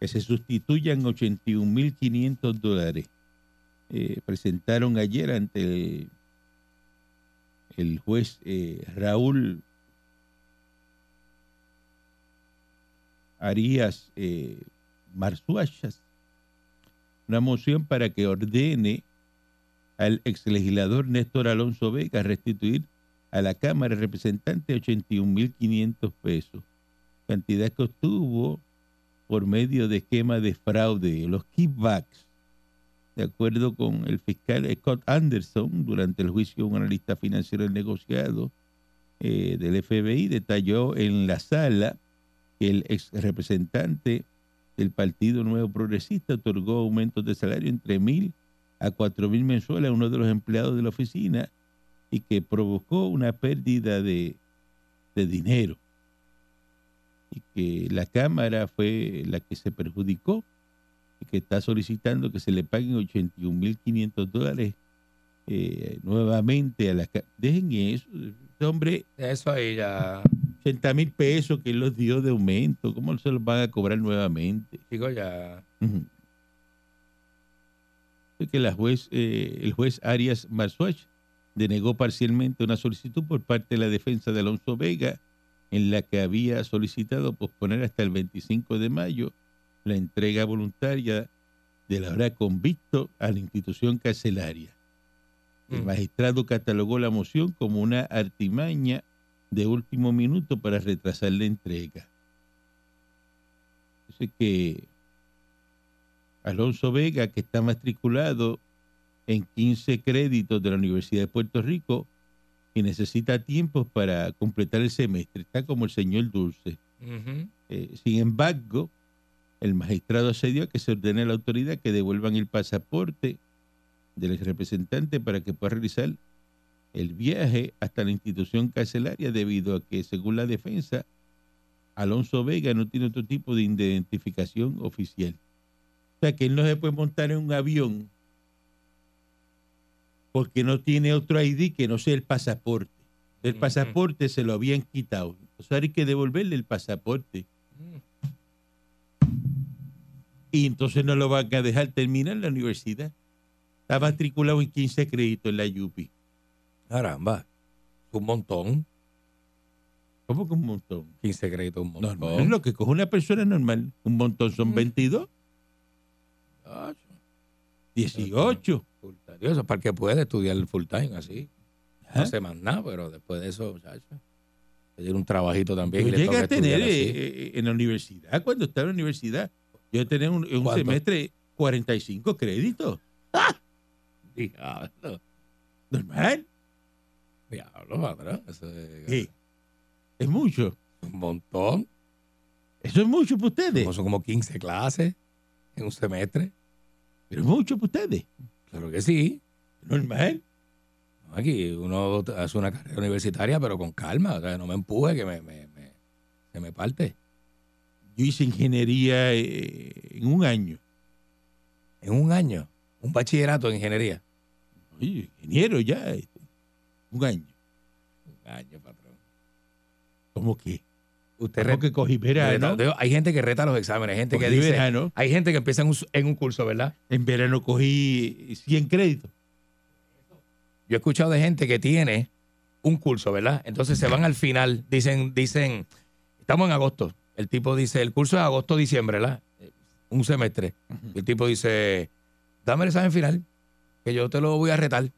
[SPEAKER 3] que se sustituyan 81.500 dólares. Eh, presentaron ayer ante el, el juez eh, Raúl Arias eh, Marzuachas una moción para que ordene al exlegislador Néstor Alonso Vega restituir a la Cámara de Representantes 81.500 pesos, cantidad que obtuvo por medio de esquema de fraude, los kickbacks. De acuerdo con el fiscal Scott Anderson, durante el juicio, un analista financiero del negociado eh, del FBI detalló en la sala que el ex representante del Partido Nuevo Progresista otorgó aumentos de salario entre mil a cuatro mil mensuales a uno de los empleados de la oficina y que provocó una pérdida de, de dinero y que la Cámara fue la que se perjudicó y que está solicitando que se le paguen 81.500 dólares eh, nuevamente a la Cámara. Dejen eso, ese hombre,
[SPEAKER 4] Eso ahí ya.
[SPEAKER 3] 80 mil pesos que él los dio de aumento, ¿cómo se los van a cobrar nuevamente?
[SPEAKER 4] Chico, ya.
[SPEAKER 3] Ujú. Así que la juez, eh, el juez Arias Marzuach denegó parcialmente una solicitud por parte de la defensa de Alonso Vega en la que había solicitado posponer hasta el 25 de mayo la entrega voluntaria del ahora convicto a la institución carcelaria. El
[SPEAKER 4] Mm.
[SPEAKER 3] magistrado catalogó la moción como una artimaña de último minuto para retrasar la entrega. Dice que Alonso Vega, que está matriculado en 15 créditos de la Universidad de Puerto Rico y necesita tiempos para completar el semestre. Está como el señor Dulce.
[SPEAKER 4] Ujú.
[SPEAKER 3] Eh, sin embargo, el magistrado accedió a que se ordene a la autoridad que devuelvan el pasaporte del representante para que pueda realizar el viaje hasta la institución carcelaria debido a que, según la defensa, Alonso Vega no tiene otro tipo de identificación oficial. O sea, que él no se puede montar en un avión porque no tiene otro ID que no sea el pasaporte. El
[SPEAKER 4] Ujú.
[SPEAKER 3] pasaporte se lo habían quitado. O sea, hay que devolverle el pasaporte.
[SPEAKER 4] mm.
[SPEAKER 3] Y entonces no lo van a dejar terminar la universidad. Está matriculado en 15 créditos en la UPI.
[SPEAKER 4] Caramba. Un montón.
[SPEAKER 3] ¿Cómo que un montón?
[SPEAKER 4] 15 créditos, un montón.
[SPEAKER 3] Normal. Es lo que coge una persona normal. Un montón son 22,
[SPEAKER 4] Ah,
[SPEAKER 3] 18.
[SPEAKER 4] full time. Dios, eso es para el que puede estudiar full time así.
[SPEAKER 3] Ajá.
[SPEAKER 4] No hace más nada, pero después de eso, muchacho. Tiene un trabajito también.
[SPEAKER 3] Yo
[SPEAKER 4] que le
[SPEAKER 3] llegué
[SPEAKER 4] toca
[SPEAKER 3] a tener
[SPEAKER 4] estudiar así.
[SPEAKER 3] eh, eh, en la universidad, cuando estaba en la universidad, yo tenía un, un
[SPEAKER 4] ¿Cuánto? ¡Ah!
[SPEAKER 3] semestre 45 créditos.
[SPEAKER 4] Diablo,
[SPEAKER 3] Normal.
[SPEAKER 4] diablo, padrón. Eso es
[SPEAKER 3] Sí. Es mucho.
[SPEAKER 4] un montón.
[SPEAKER 3] Eso es mucho para ustedes.
[SPEAKER 4] Como son como 15 clases en un semestre.
[SPEAKER 3] Pero es mucho para ustedes.
[SPEAKER 4] Claro que sí.
[SPEAKER 3] Normal.
[SPEAKER 4] Aquí uno hace una carrera universitaria, pero con calma. O sea, no me empuje que me, me, me- se me parte.
[SPEAKER 3] Yo hice ingeniería eh, en un año.
[SPEAKER 4] En un año, un bachillerato en ingeniería.
[SPEAKER 3] Oye, ingeniero ya. este, Un año.
[SPEAKER 4] Un año, patrón.
[SPEAKER 3] ¿Cómo que?
[SPEAKER 4] Usted
[SPEAKER 3] Tengo
[SPEAKER 4] re-
[SPEAKER 3] que Pues cogí
[SPEAKER 4] reta-
[SPEAKER 3] verano.
[SPEAKER 4] digo, Hay gente que reta los exámenes, hay gente que
[SPEAKER 3] Cogí
[SPEAKER 4] dice.
[SPEAKER 3] verano.
[SPEAKER 4] Hay gente que empieza en un, s- en un curso, ¿verdad?
[SPEAKER 3] En verano cogí 100 créditos.
[SPEAKER 4] Yo he escuchado de gente que tiene un curso, ¿verdad? Entonces se van al final, dicen, dicen, estamos en agosto. El tipo dice, el curso es agosto-diciembre, ¿verdad? Eh, Un semestre. El tipo dice, dame el examen final, que yo te lo voy a retar.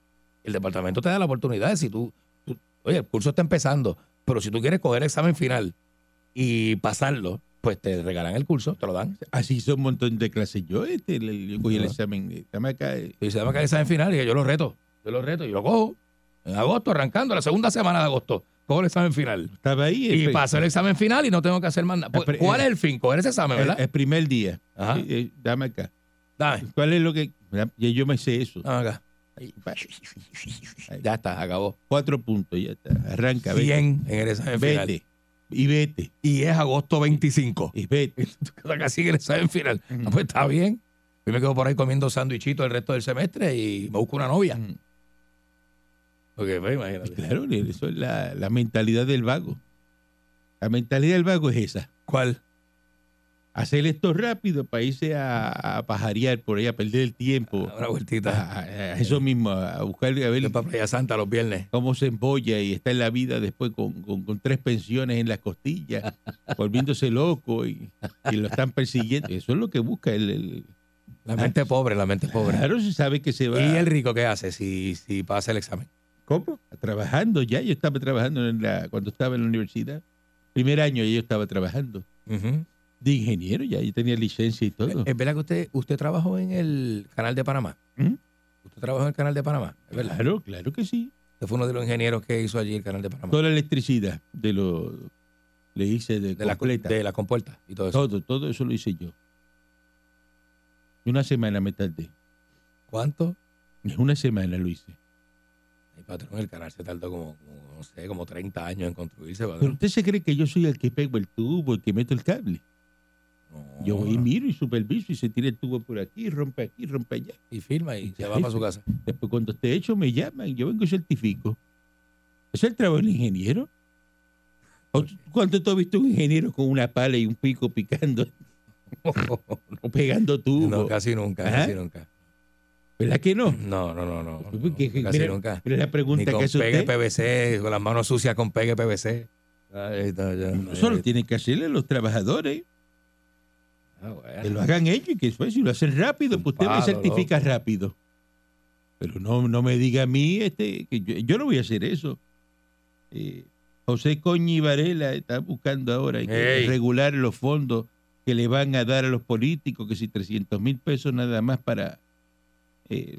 [SPEAKER 4] El departamento te da la oportunidad. Si tú, tú- oye, el curso está empezando, pero si tú quieres coger el examen final y pasarlo, pues te regalan el curso, te lo dan.
[SPEAKER 3] Así hice un montón de clases. Yo, este, le- yo cogí el
[SPEAKER 4] Ajá.
[SPEAKER 3] examen. eh, Dame acá. eh,
[SPEAKER 4] Y dice, dame acá el examen final. Y yo, yo lo reto. Yo lo reto. Y lo cojo. En agosto, arrancando la segunda semana de agosto. Cojo el examen final.
[SPEAKER 3] Estaba ahí.
[SPEAKER 4] Y
[SPEAKER 3] eh,
[SPEAKER 4] paso el examen final y no tengo que hacer más nada. Pues,
[SPEAKER 3] Apre-
[SPEAKER 4] ¿Cuál es el fin? Coger ese examen,
[SPEAKER 3] el,
[SPEAKER 4] ¿verdad?
[SPEAKER 3] el primer día.
[SPEAKER 4] Ajá.
[SPEAKER 3] Eh, eh, dame acá.
[SPEAKER 4] Dame.
[SPEAKER 3] ¿Cuál es lo que.? Ya yo me sé eso.
[SPEAKER 4] Dame acá.
[SPEAKER 3] Pa-
[SPEAKER 4] Ya está, acabó.
[SPEAKER 3] Cuatro puntos, ya está. Arranca, vete.
[SPEAKER 4] 100 en el examen final.
[SPEAKER 3] Vete. Y vete.
[SPEAKER 4] Y es agosto 25.
[SPEAKER 3] Y vete.
[SPEAKER 4] Casi en el examen final.
[SPEAKER 3] Ujú.
[SPEAKER 4] Ah, pues está bien. Yo me quedo por ahí comiendo sándwichitos el resto del semestre y me busco una novia.
[SPEAKER 3] Mm.
[SPEAKER 4] Porque, pues, imagínate.
[SPEAKER 3] Claro, eso es la, la mentalidad del vago. La mentalidad del vago es esa.
[SPEAKER 4] ¿Cuál?
[SPEAKER 3] Hacer esto rápido para irse a, a pajarear por ahí, a perder el tiempo.
[SPEAKER 4] Una vueltita.
[SPEAKER 3] A- a- a eso mismo, a buscar, a ver
[SPEAKER 4] Yo para Playa Santa los viernes.
[SPEAKER 3] cómo se embolla y está en la vida después con, con- con tres pensiones en las costillas, volviéndose loco y, y lo están persiguiendo. Eso es lo que busca el... el- Ah.
[SPEAKER 4] La mente pobre, la mente pobre.
[SPEAKER 3] Claro, se sabe que se va...
[SPEAKER 4] ¿Y el rico qué hace si, si pasa el examen?
[SPEAKER 3] ¿Cómo? Trabajando ya. Yo estaba trabajando en la, cuando estaba en la universidad. Primer año ya yo estaba trabajando. De ingeniero ya. Yo tenía licencia y todo.
[SPEAKER 4] Es verdad que usted, usted trabajó en el canal de Panamá.
[SPEAKER 3] ¿Mm?
[SPEAKER 4] Usted trabajó en el canal de Panamá, es verdad.
[SPEAKER 3] Claro, claro que sí.
[SPEAKER 4] Usted fue uno de los ingenieros que hizo allí el canal de Panamá.
[SPEAKER 3] Toda la electricidad de lo... Le hice de,
[SPEAKER 4] De la,
[SPEAKER 3] completa.
[SPEAKER 4] de la compuerta y todo eso.
[SPEAKER 3] Todo, todo eso lo hice yo. Una semana me tardé.
[SPEAKER 4] ¿Cuánto?
[SPEAKER 3] En Una semana lo hice.
[SPEAKER 4] El patrón, el canal se tardó como, como, no sé, como 30 años en construirse.
[SPEAKER 3] Pero
[SPEAKER 4] patrón.
[SPEAKER 3] usted se cree que yo soy el que pego el tubo, el que meto el cable.
[SPEAKER 4] No.
[SPEAKER 3] Yo voy y miro y superviso y se tira el tubo por aquí, rompe aquí, rompe allá.
[SPEAKER 4] Y firma y se va para su casa.
[SPEAKER 3] Después cuando esté hecho me llaman, yo vengo y certifico. ¿Es el trabajo del ingeniero? ¿O
[SPEAKER 4] Pues
[SPEAKER 3] tú- ¿Cuánto tú has visto un ingeniero con una pala y un pico picando o pegando tubo?
[SPEAKER 4] no, casi nunca,
[SPEAKER 3] Ajá.
[SPEAKER 4] casi nunca.
[SPEAKER 3] ¿Verdad que no?
[SPEAKER 4] No, no, no, no. no,
[SPEAKER 3] Porque- que-
[SPEAKER 4] casi
[SPEAKER 3] mira,
[SPEAKER 4] nunca.
[SPEAKER 3] mira la
[SPEAKER 4] Ni
[SPEAKER 3] pregunta
[SPEAKER 4] con
[SPEAKER 3] que hace
[SPEAKER 4] pegue
[SPEAKER 3] usted.
[SPEAKER 4] PVC, con las manos sucias con pegue PVC. Ay, no, yo-
[SPEAKER 3] No, Eso lo tienen que hacerle los trabajadores,
[SPEAKER 4] Ah, bueno.
[SPEAKER 3] que lo hagan ellos y que eso es, si lo hacen rápido, pues usted me
[SPEAKER 4] Palo,
[SPEAKER 3] certifica rápido. Pero no, no me diga a mí este, que yo, yo no voy a hacer eso. Eh, José Coñi Varela está buscando ahora hay que
[SPEAKER 4] Ey.
[SPEAKER 3] regular los fondos que le van a dar a los políticos, que si 300 mil pesos nada más para eh,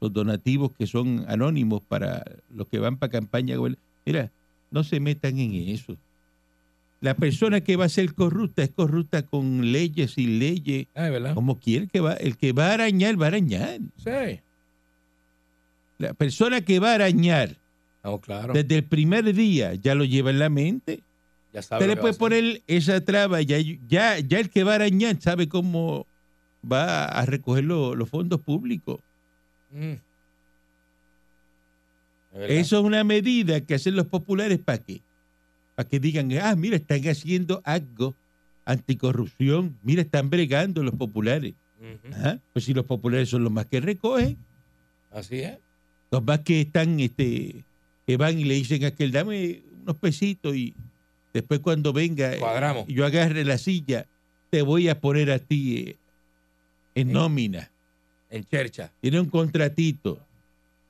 [SPEAKER 3] los donativos que son anónimos para los que van para campaña. gubern- Mira, no se metan en eso. La persona que va a ser corrupta es corrupta con leyes y leyes,
[SPEAKER 4] Ay, ¿verdad?
[SPEAKER 3] como quiere el que va, el que va a arañar, va a arañar.
[SPEAKER 4] Sí.
[SPEAKER 3] La persona que va a arañar
[SPEAKER 4] Estamos claros.
[SPEAKER 3] desde el primer día ya lo lleva en la mente.
[SPEAKER 4] Ya sabe
[SPEAKER 3] Usted
[SPEAKER 4] lo
[SPEAKER 3] le
[SPEAKER 4] que
[SPEAKER 3] puede
[SPEAKER 4] va a hacer.
[SPEAKER 3] poner esa traba, ya, ya, ya el que va a arañar sabe cómo va a recoger lo- los fondos públicos.
[SPEAKER 4] Mm. Es verdad.
[SPEAKER 3] Eso es una medida que hacen los populares para qué? Para que digan, ah, mira, están haciendo algo anticorrupción, mira, están bregando los populares.
[SPEAKER 4] Ujú.
[SPEAKER 3] Ajá. Pues si los populares son los más que recogen,
[SPEAKER 4] Así es.
[SPEAKER 3] los más que están, este, que van y le dicen a aquel, dame unos pesitos y después cuando venga eh,
[SPEAKER 4] Cuadramos.
[SPEAKER 3] y yo agarre la silla, te voy a poner a ti eh, en
[SPEAKER 4] Sí.
[SPEAKER 3] nómina.
[SPEAKER 4] En chercha.
[SPEAKER 3] Tiene un contratito.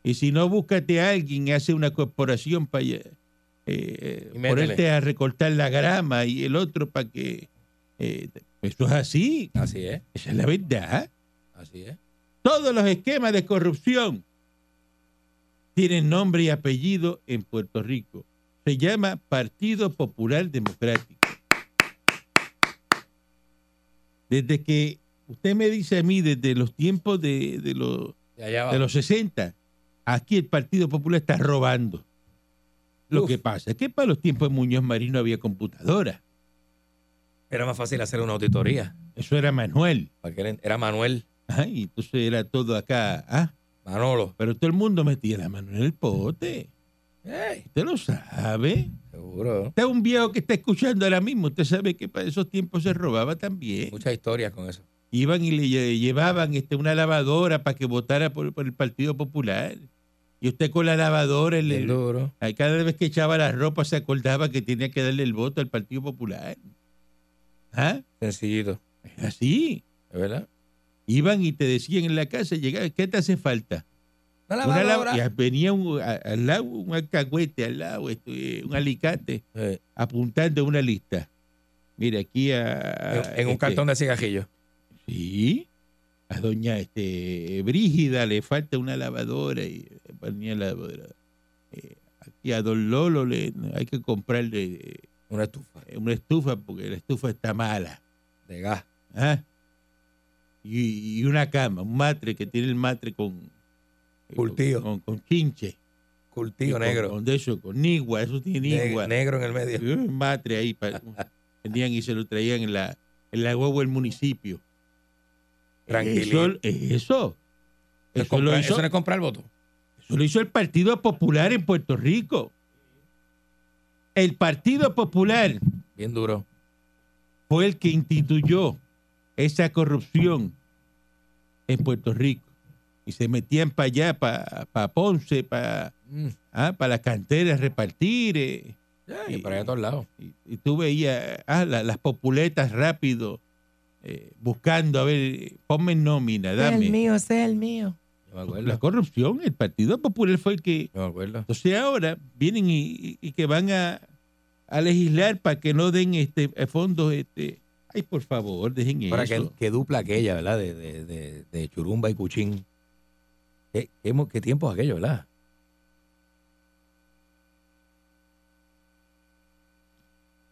[SPEAKER 3] Y si no, búscate a alguien y hace una corporación para
[SPEAKER 4] Y métele.
[SPEAKER 3] eh, ponerte a recortar la grama y el otro para que... eh, esto es así,
[SPEAKER 4] Así es.
[SPEAKER 3] esa es la verdad.
[SPEAKER 4] Así es.
[SPEAKER 3] Todos los esquemas de corrupción tienen nombre y apellido en Puerto Rico. Se llama Partido Popular Democrático. Desde que usted me dice a mí, desde los tiempos de, de los,
[SPEAKER 4] De allá
[SPEAKER 3] de
[SPEAKER 4] abajo.
[SPEAKER 3] los 60, aquí el Partido Popular está robando. Lo
[SPEAKER 4] Uf.
[SPEAKER 3] que pasa es que para los tiempos de Muñoz Marín no había computadora.
[SPEAKER 4] Era más fácil hacer una auditoría.
[SPEAKER 3] Eso era Manuel.
[SPEAKER 4] Para que era- Era Manuel.
[SPEAKER 3] Ajá, y entonces era todo acá. ah,
[SPEAKER 4] Manolo.
[SPEAKER 3] Pero todo el mundo metía la mano en el pote.
[SPEAKER 4] Ey,
[SPEAKER 3] Usted lo sabe.
[SPEAKER 4] seguro.
[SPEAKER 3] Usted es un viejo que está escuchando ahora mismo. Usted sabe que para esos tiempos se robaba también.
[SPEAKER 4] Muchas historias con eso.
[SPEAKER 3] Iban y le lle- llevaban este, una lavadora para que votara por, por el Partido Popular. Y usted con la lavadora, le-
[SPEAKER 4] Bien duro.
[SPEAKER 3] ay, cada vez que echaba la ropa se acordaba que tenía que darle el voto al Partido Popular. ¿Ah?
[SPEAKER 4] Sencillito.
[SPEAKER 3] Es Así.
[SPEAKER 4] ¿Es verdad?
[SPEAKER 3] Iban y te decían en la casa, llegaba, ¿qué te hace falta? Una
[SPEAKER 4] Una
[SPEAKER 3] lava-
[SPEAKER 4] lavadora.
[SPEAKER 3] y venía un- a- al lado un alcahuete, al lado esto, eh, un alicate.
[SPEAKER 4] Eh,
[SPEAKER 3] apuntando una lista. Mire, aquí a.
[SPEAKER 4] en, en un
[SPEAKER 3] este,
[SPEAKER 4] cartón de cigajillo.
[SPEAKER 3] Sí. A doña este, Brígida le falta una lavadora y eh, ponía la lavadora. Eh, aquí a don Lolo le, hay que comprarle
[SPEAKER 4] Una estufa
[SPEAKER 3] eh, una estufa porque la estufa está mala.
[SPEAKER 4] de gas.
[SPEAKER 3] ¿ah? Y, y una cama, un matre que tiene el matre con. eh,
[SPEAKER 4] Curtido.
[SPEAKER 3] Con, con chinche. y
[SPEAKER 4] Cultivo
[SPEAKER 3] con-
[SPEAKER 4] negro.
[SPEAKER 3] Con, de eso, con nigua, eso tiene
[SPEAKER 4] Ne-
[SPEAKER 3] nigua.
[SPEAKER 4] negro en el medio.
[SPEAKER 3] Y un matre ahí pa- vendían y se lo traían en la, en la guagua del municipio.
[SPEAKER 4] Tranquilo.
[SPEAKER 3] Eso, eso,
[SPEAKER 4] Eso,
[SPEAKER 3] Eso
[SPEAKER 4] es
[SPEAKER 3] lo
[SPEAKER 4] comprar-
[SPEAKER 3] hizo,
[SPEAKER 4] eso no es comprar el voto.
[SPEAKER 3] eso lo hizo el Partido Popular en Puerto Rico. El Partido Popular
[SPEAKER 4] Bien duro.
[SPEAKER 3] fue el que instituyó esa corrupción en Puerto Rico. Y se metían para allá, para Ponce, para
[SPEAKER 4] Mm.
[SPEAKER 3] las canteras, repartir. eh.
[SPEAKER 4] Y para allá a todos lados.
[SPEAKER 3] y, y tú veías ah, la- las populetas rápido, eh, buscando, a ver, ponme en nómina, dame.
[SPEAKER 4] mío, ese es el mío. Yo me
[SPEAKER 3] La
[SPEAKER 4] acuerdo.
[SPEAKER 3] corrupción, el Partido Popular fue el que...
[SPEAKER 4] Yo me acuerdo.
[SPEAKER 3] Entonces ahora vienen y, y- y que van a, a legislar para que no den este eh, fondos. Este, ay, por favor, dejen
[SPEAKER 4] Ahora que,
[SPEAKER 3] eso.
[SPEAKER 4] que dupla aquella, ¿verdad? De, de, de, de Churumba y Cuchín. ¿Qué, qué, mo- qué tiempos aquellos, ¿verdad?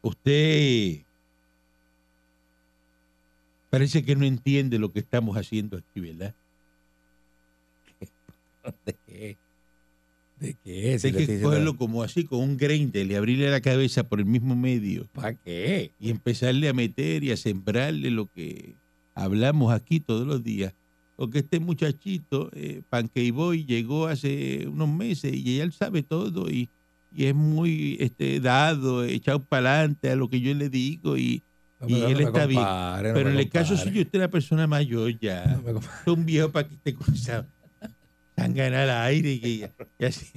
[SPEAKER 3] Usted parece que no entiende lo que estamos haciendo aquí, ¿verdad?
[SPEAKER 4] ¿De qué? ¿De qué? Si
[SPEAKER 3] Hay
[SPEAKER 4] le estoy
[SPEAKER 3] que
[SPEAKER 4] diciendo-
[SPEAKER 3] cogerlo como así, con un grinder y abrirle la cabeza por el mismo medio.
[SPEAKER 4] ¿Para qué?
[SPEAKER 3] y empezarle a meter y a sembrarle lo que hablamos aquí todos los días. Porque este muchachito, eh, Pancake Boy, llegó hace unos meses y él sabe todo y, y es muy este, dado, echado para adelante a lo que yo le digo. y
[SPEAKER 4] No
[SPEAKER 3] Y
[SPEAKER 4] me- no
[SPEAKER 3] él
[SPEAKER 4] me
[SPEAKER 3] está bien.
[SPEAKER 4] compare, no
[SPEAKER 3] Pero
[SPEAKER 4] me
[SPEAKER 3] en el caso
[SPEAKER 4] compare.
[SPEAKER 3] suyo, usted es una persona mayor ya.
[SPEAKER 4] No me compare.
[SPEAKER 3] Usted es un viejo para que te cosa tan ganar al aire y, que- y así.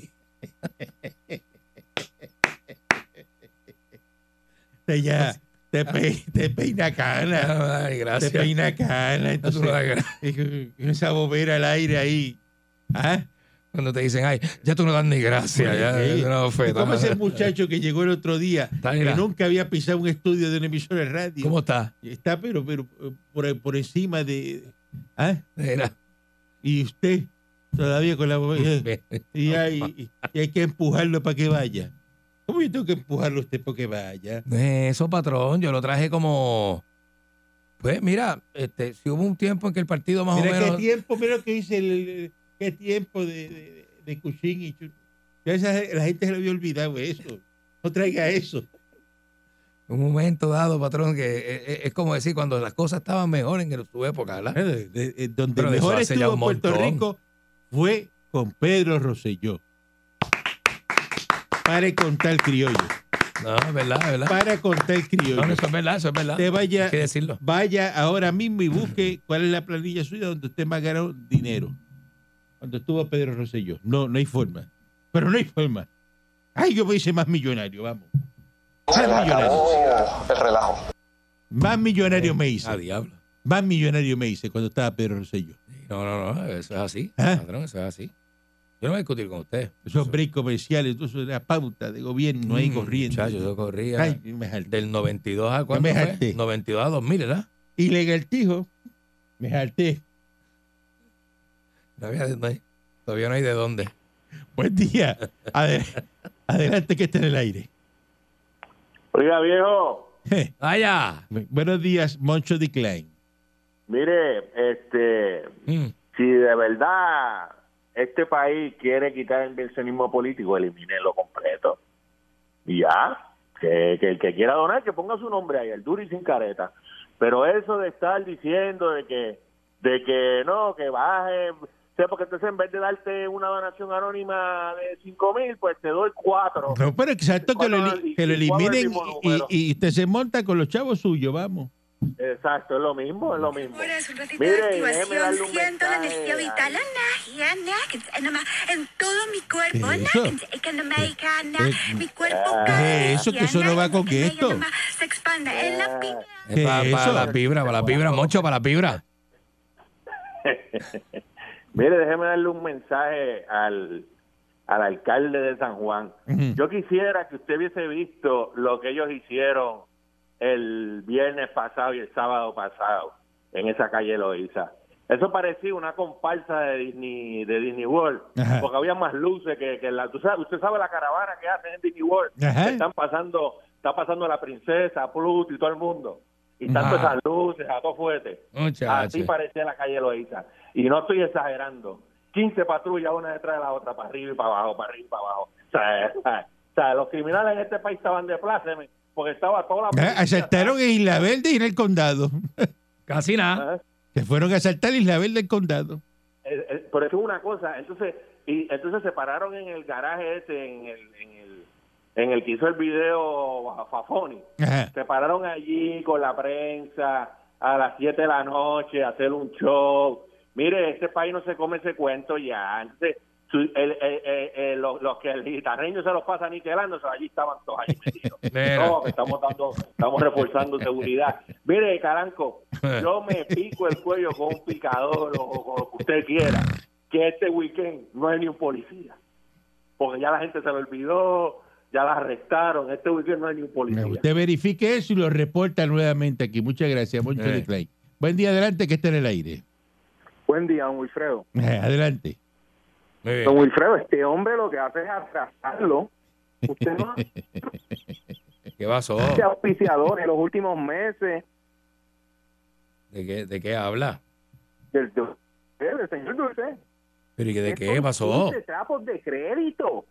[SPEAKER 3] Usted ya te, pe- te peina cana.
[SPEAKER 4] Ay,
[SPEAKER 3] Te
[SPEAKER 4] gracias.
[SPEAKER 3] peina cana,
[SPEAKER 4] No, tú
[SPEAKER 3] entonces
[SPEAKER 4] no das gra-
[SPEAKER 3] eh, esa bobera al aire ahí. ¿Ah?
[SPEAKER 4] Cuando te dicen, ay, ya tú no das ni gracias, ya
[SPEAKER 3] Sí.
[SPEAKER 4] es
[SPEAKER 3] Pues,
[SPEAKER 4] una
[SPEAKER 3] eh, ¿Y
[SPEAKER 4] oferta.
[SPEAKER 3] ¿Cómo ese muchacho que llegó el otro día,
[SPEAKER 4] Está,
[SPEAKER 3] que
[SPEAKER 4] mira.
[SPEAKER 3] nunca había pisado un estudio de una emisora de radio?
[SPEAKER 4] ¿Cómo está?
[SPEAKER 3] Está, pero, pero eh, por, por encima de. ¿Ah?
[SPEAKER 4] Mira,
[SPEAKER 3] Y usted todavía con la bobera.
[SPEAKER 4] ve,
[SPEAKER 3] Y hay, y hay que empujarlo para que vaya. ¿Cómo yo tengo que empujarlo a usted para que vaya?
[SPEAKER 4] no es Eh, Eso, patrón, yo lo traje como. Pues mira, este, si hubo un tiempo en que el partido más
[SPEAKER 3] Mira
[SPEAKER 4] o
[SPEAKER 3] qué
[SPEAKER 4] menos.
[SPEAKER 3] tiempo, mira lo que dice el, el- qué tiempo de, de- de- de cuchín y chu- Ya esa- la gente se le había olvidado eso. No traiga eso.
[SPEAKER 4] Un momento dado, patrón, que eh, eh, es como decir cuando las cosas estaban mejor en su época, ¿verdad?
[SPEAKER 3] Eh, de- de- donde
[SPEAKER 4] Pero de eso
[SPEAKER 3] mejor
[SPEAKER 4] hace ya
[SPEAKER 3] estuvo
[SPEAKER 4] un
[SPEAKER 3] Puerto
[SPEAKER 4] montón.
[SPEAKER 3] Rico fue con Pedro Rosselló. Para contar criollo.
[SPEAKER 4] No, es verdad, es verdad.
[SPEAKER 3] Para contar
[SPEAKER 4] No, no,
[SPEAKER 3] criollo.
[SPEAKER 4] eso es verdad, eso es verdad.
[SPEAKER 3] Te vaya,
[SPEAKER 4] Hay que decirlo.
[SPEAKER 3] vaya ahora mismo y busque cuál es la planilla suya donde usted más ganó dinero. Cuando estuvo Pedro Rosselló. No, no hay forma. Pero no hay forma. Ay, yo me hice más millonario, vamos. Más millonario.
[SPEAKER 6] Oh, el relajo.
[SPEAKER 3] Más millonario me
[SPEAKER 4] Ah,
[SPEAKER 3] hice.
[SPEAKER 4] diablo.
[SPEAKER 3] Más millonario me hice cuando estaba Pedro Rosselló.
[SPEAKER 4] No, no, no, eso es así,
[SPEAKER 3] ¿Ah?
[SPEAKER 4] patrón, eso es así. Yo no voy a discutir con usted.
[SPEAKER 3] Esos breaks comerciales, todo eso era pauta de gobierno ahí
[SPEAKER 4] Mm,
[SPEAKER 3] corriendo.
[SPEAKER 4] Muchacho, yo corría
[SPEAKER 3] Ay, me jalté.
[SPEAKER 4] del 92 a cuándo
[SPEAKER 3] me
[SPEAKER 4] fue?
[SPEAKER 3] jalté.
[SPEAKER 4] 92 a 2000, ¿verdad?
[SPEAKER 3] Y legaltijo, me jalté.
[SPEAKER 4] No había- no hay- todavía no hay de dónde.
[SPEAKER 3] Buen día. Adel- Adelante que esté en el aire.
[SPEAKER 7] Oiga, viejo,
[SPEAKER 4] ¡Vaya!
[SPEAKER 3] Buenos días, Moncho de Klein.
[SPEAKER 7] mire, este,
[SPEAKER 4] Mm.
[SPEAKER 7] si de verdad este país quiere quitar el inversionismo político, elimínelo completo. Y ya, que, que el que quiera donar, que ponga su nombre ahí, el duro y sin careta. Pero eso de estar diciendo de que, de que no, que baje, o sea, porque entonces en vez de darte una donación anónima de cinco mil, pues te doy cuatro.
[SPEAKER 3] No, pero exacto que lo, eli- que lo eliminen y, y- y te se monta con los chavos suyos, vamos.
[SPEAKER 7] Exacto, es lo mismo, es lo mismo.
[SPEAKER 8] Horas, un ratito
[SPEAKER 7] Mire,
[SPEAKER 8] de
[SPEAKER 7] déjeme
[SPEAKER 8] activación.
[SPEAKER 7] darle un
[SPEAKER 8] Siento la
[SPEAKER 7] mensaje
[SPEAKER 8] energía vital. Ana, Ana, que- Ana, ma, en todo mi cuerpo.
[SPEAKER 3] ¿Qué
[SPEAKER 8] Ana,
[SPEAKER 3] es eso?
[SPEAKER 8] que- que Ana, ma, que Ana,
[SPEAKER 3] Eh,
[SPEAKER 8] mi cuerpo
[SPEAKER 7] Ah.
[SPEAKER 3] ¿qué es eso? Que eso no
[SPEAKER 8] Ana,
[SPEAKER 3] va con
[SPEAKER 8] que Ana,
[SPEAKER 3] esto.
[SPEAKER 8] Ana, ma, Se expanda en la
[SPEAKER 7] Ah.
[SPEAKER 8] piña.
[SPEAKER 3] ¿Qué
[SPEAKER 4] Es para,
[SPEAKER 3] es
[SPEAKER 4] para
[SPEAKER 3] eso?
[SPEAKER 4] la vibra, para la vibra, Moncho, para la vibra.
[SPEAKER 7] Mire, déjeme darle un mensaje al, al alcalde de San Juan.
[SPEAKER 3] Ujú.
[SPEAKER 7] Yo quisiera que usted hubiese visto lo que ellos hicieron el viernes pasado y el sábado pasado en esa calle Loíza. Eso parecía una comparsa de Disney de Disney World,
[SPEAKER 3] Ajá.
[SPEAKER 7] porque había más luces que, que la... tú sabes- usted sabe la caravana que hacen en Disney World.
[SPEAKER 3] Ajá.
[SPEAKER 7] Que Están pasando, está pasando la princesa, Pluto y todo el mundo. Y están
[SPEAKER 4] Ah.
[SPEAKER 7] todas esas luces, a todo fuerte. Así
[SPEAKER 9] Ah,
[SPEAKER 4] Muchacho.
[SPEAKER 7] parecía la calle Loíza. Y no estoy exagerando. 15 patrullas una detrás de la otra, para arriba y para abajo, para arriba y para abajo. O sea, o sea, los criminales en este país estaban de pláceme, porque estaba toda la
[SPEAKER 3] Ah,
[SPEAKER 7] policía,
[SPEAKER 3] Asaltaron en Isla Verde y en el condado.
[SPEAKER 4] Casi nada.
[SPEAKER 7] ¿sabes?
[SPEAKER 3] Se fueron a asaltar Isla Verde y el condado.
[SPEAKER 7] Ah, Eh, eh, pero eso es una cosa. Entonces, y entonces se pararon en el garaje ese, en el, en el, en el que hizo el video a Fafoni.
[SPEAKER 3] Ajá.
[SPEAKER 7] se pararon allí con la prensa a las 7 de la noche a hacer un show. Mire, este país no se come ese cuento ya. Entonces, su- el- el- el- el- los, los que el guitarreño se los pasa aniquilándose, allí estaban todos allí metidos.
[SPEAKER 4] Mira.
[SPEAKER 7] No, que estamos, dando, estamos reforzando seguridad. Mire, Caranco, yo me pico el cuello con un picador o o con lo que usted quiera, que este weekend no hay ni un policía. Porque ya la gente se lo olvidó, ya la arrestaron. Este weekend no hay ni un policía.
[SPEAKER 3] Usted verifique eso y lo reporta nuevamente aquí. Muchas gracias, Moncho
[SPEAKER 4] Eh.
[SPEAKER 3] de Klein. Buen día, adelante que esté en el aire.
[SPEAKER 9] Buen día, don Wilfredo.
[SPEAKER 3] Ajá, Adelante.
[SPEAKER 4] Muy bien.
[SPEAKER 9] Don Wilfredo, este hombre lo que hace es atrasarlo. Usted no
[SPEAKER 4] ¿Qué pasó?
[SPEAKER 9] hace auspiciador en los últimos meses
[SPEAKER 4] ¿De qué, de qué habla?
[SPEAKER 9] del, del- del señor Dulce.
[SPEAKER 4] ¿Pero y que de qué
[SPEAKER 9] Estos
[SPEAKER 4] pasó?
[SPEAKER 9] 15 trapos de crédito.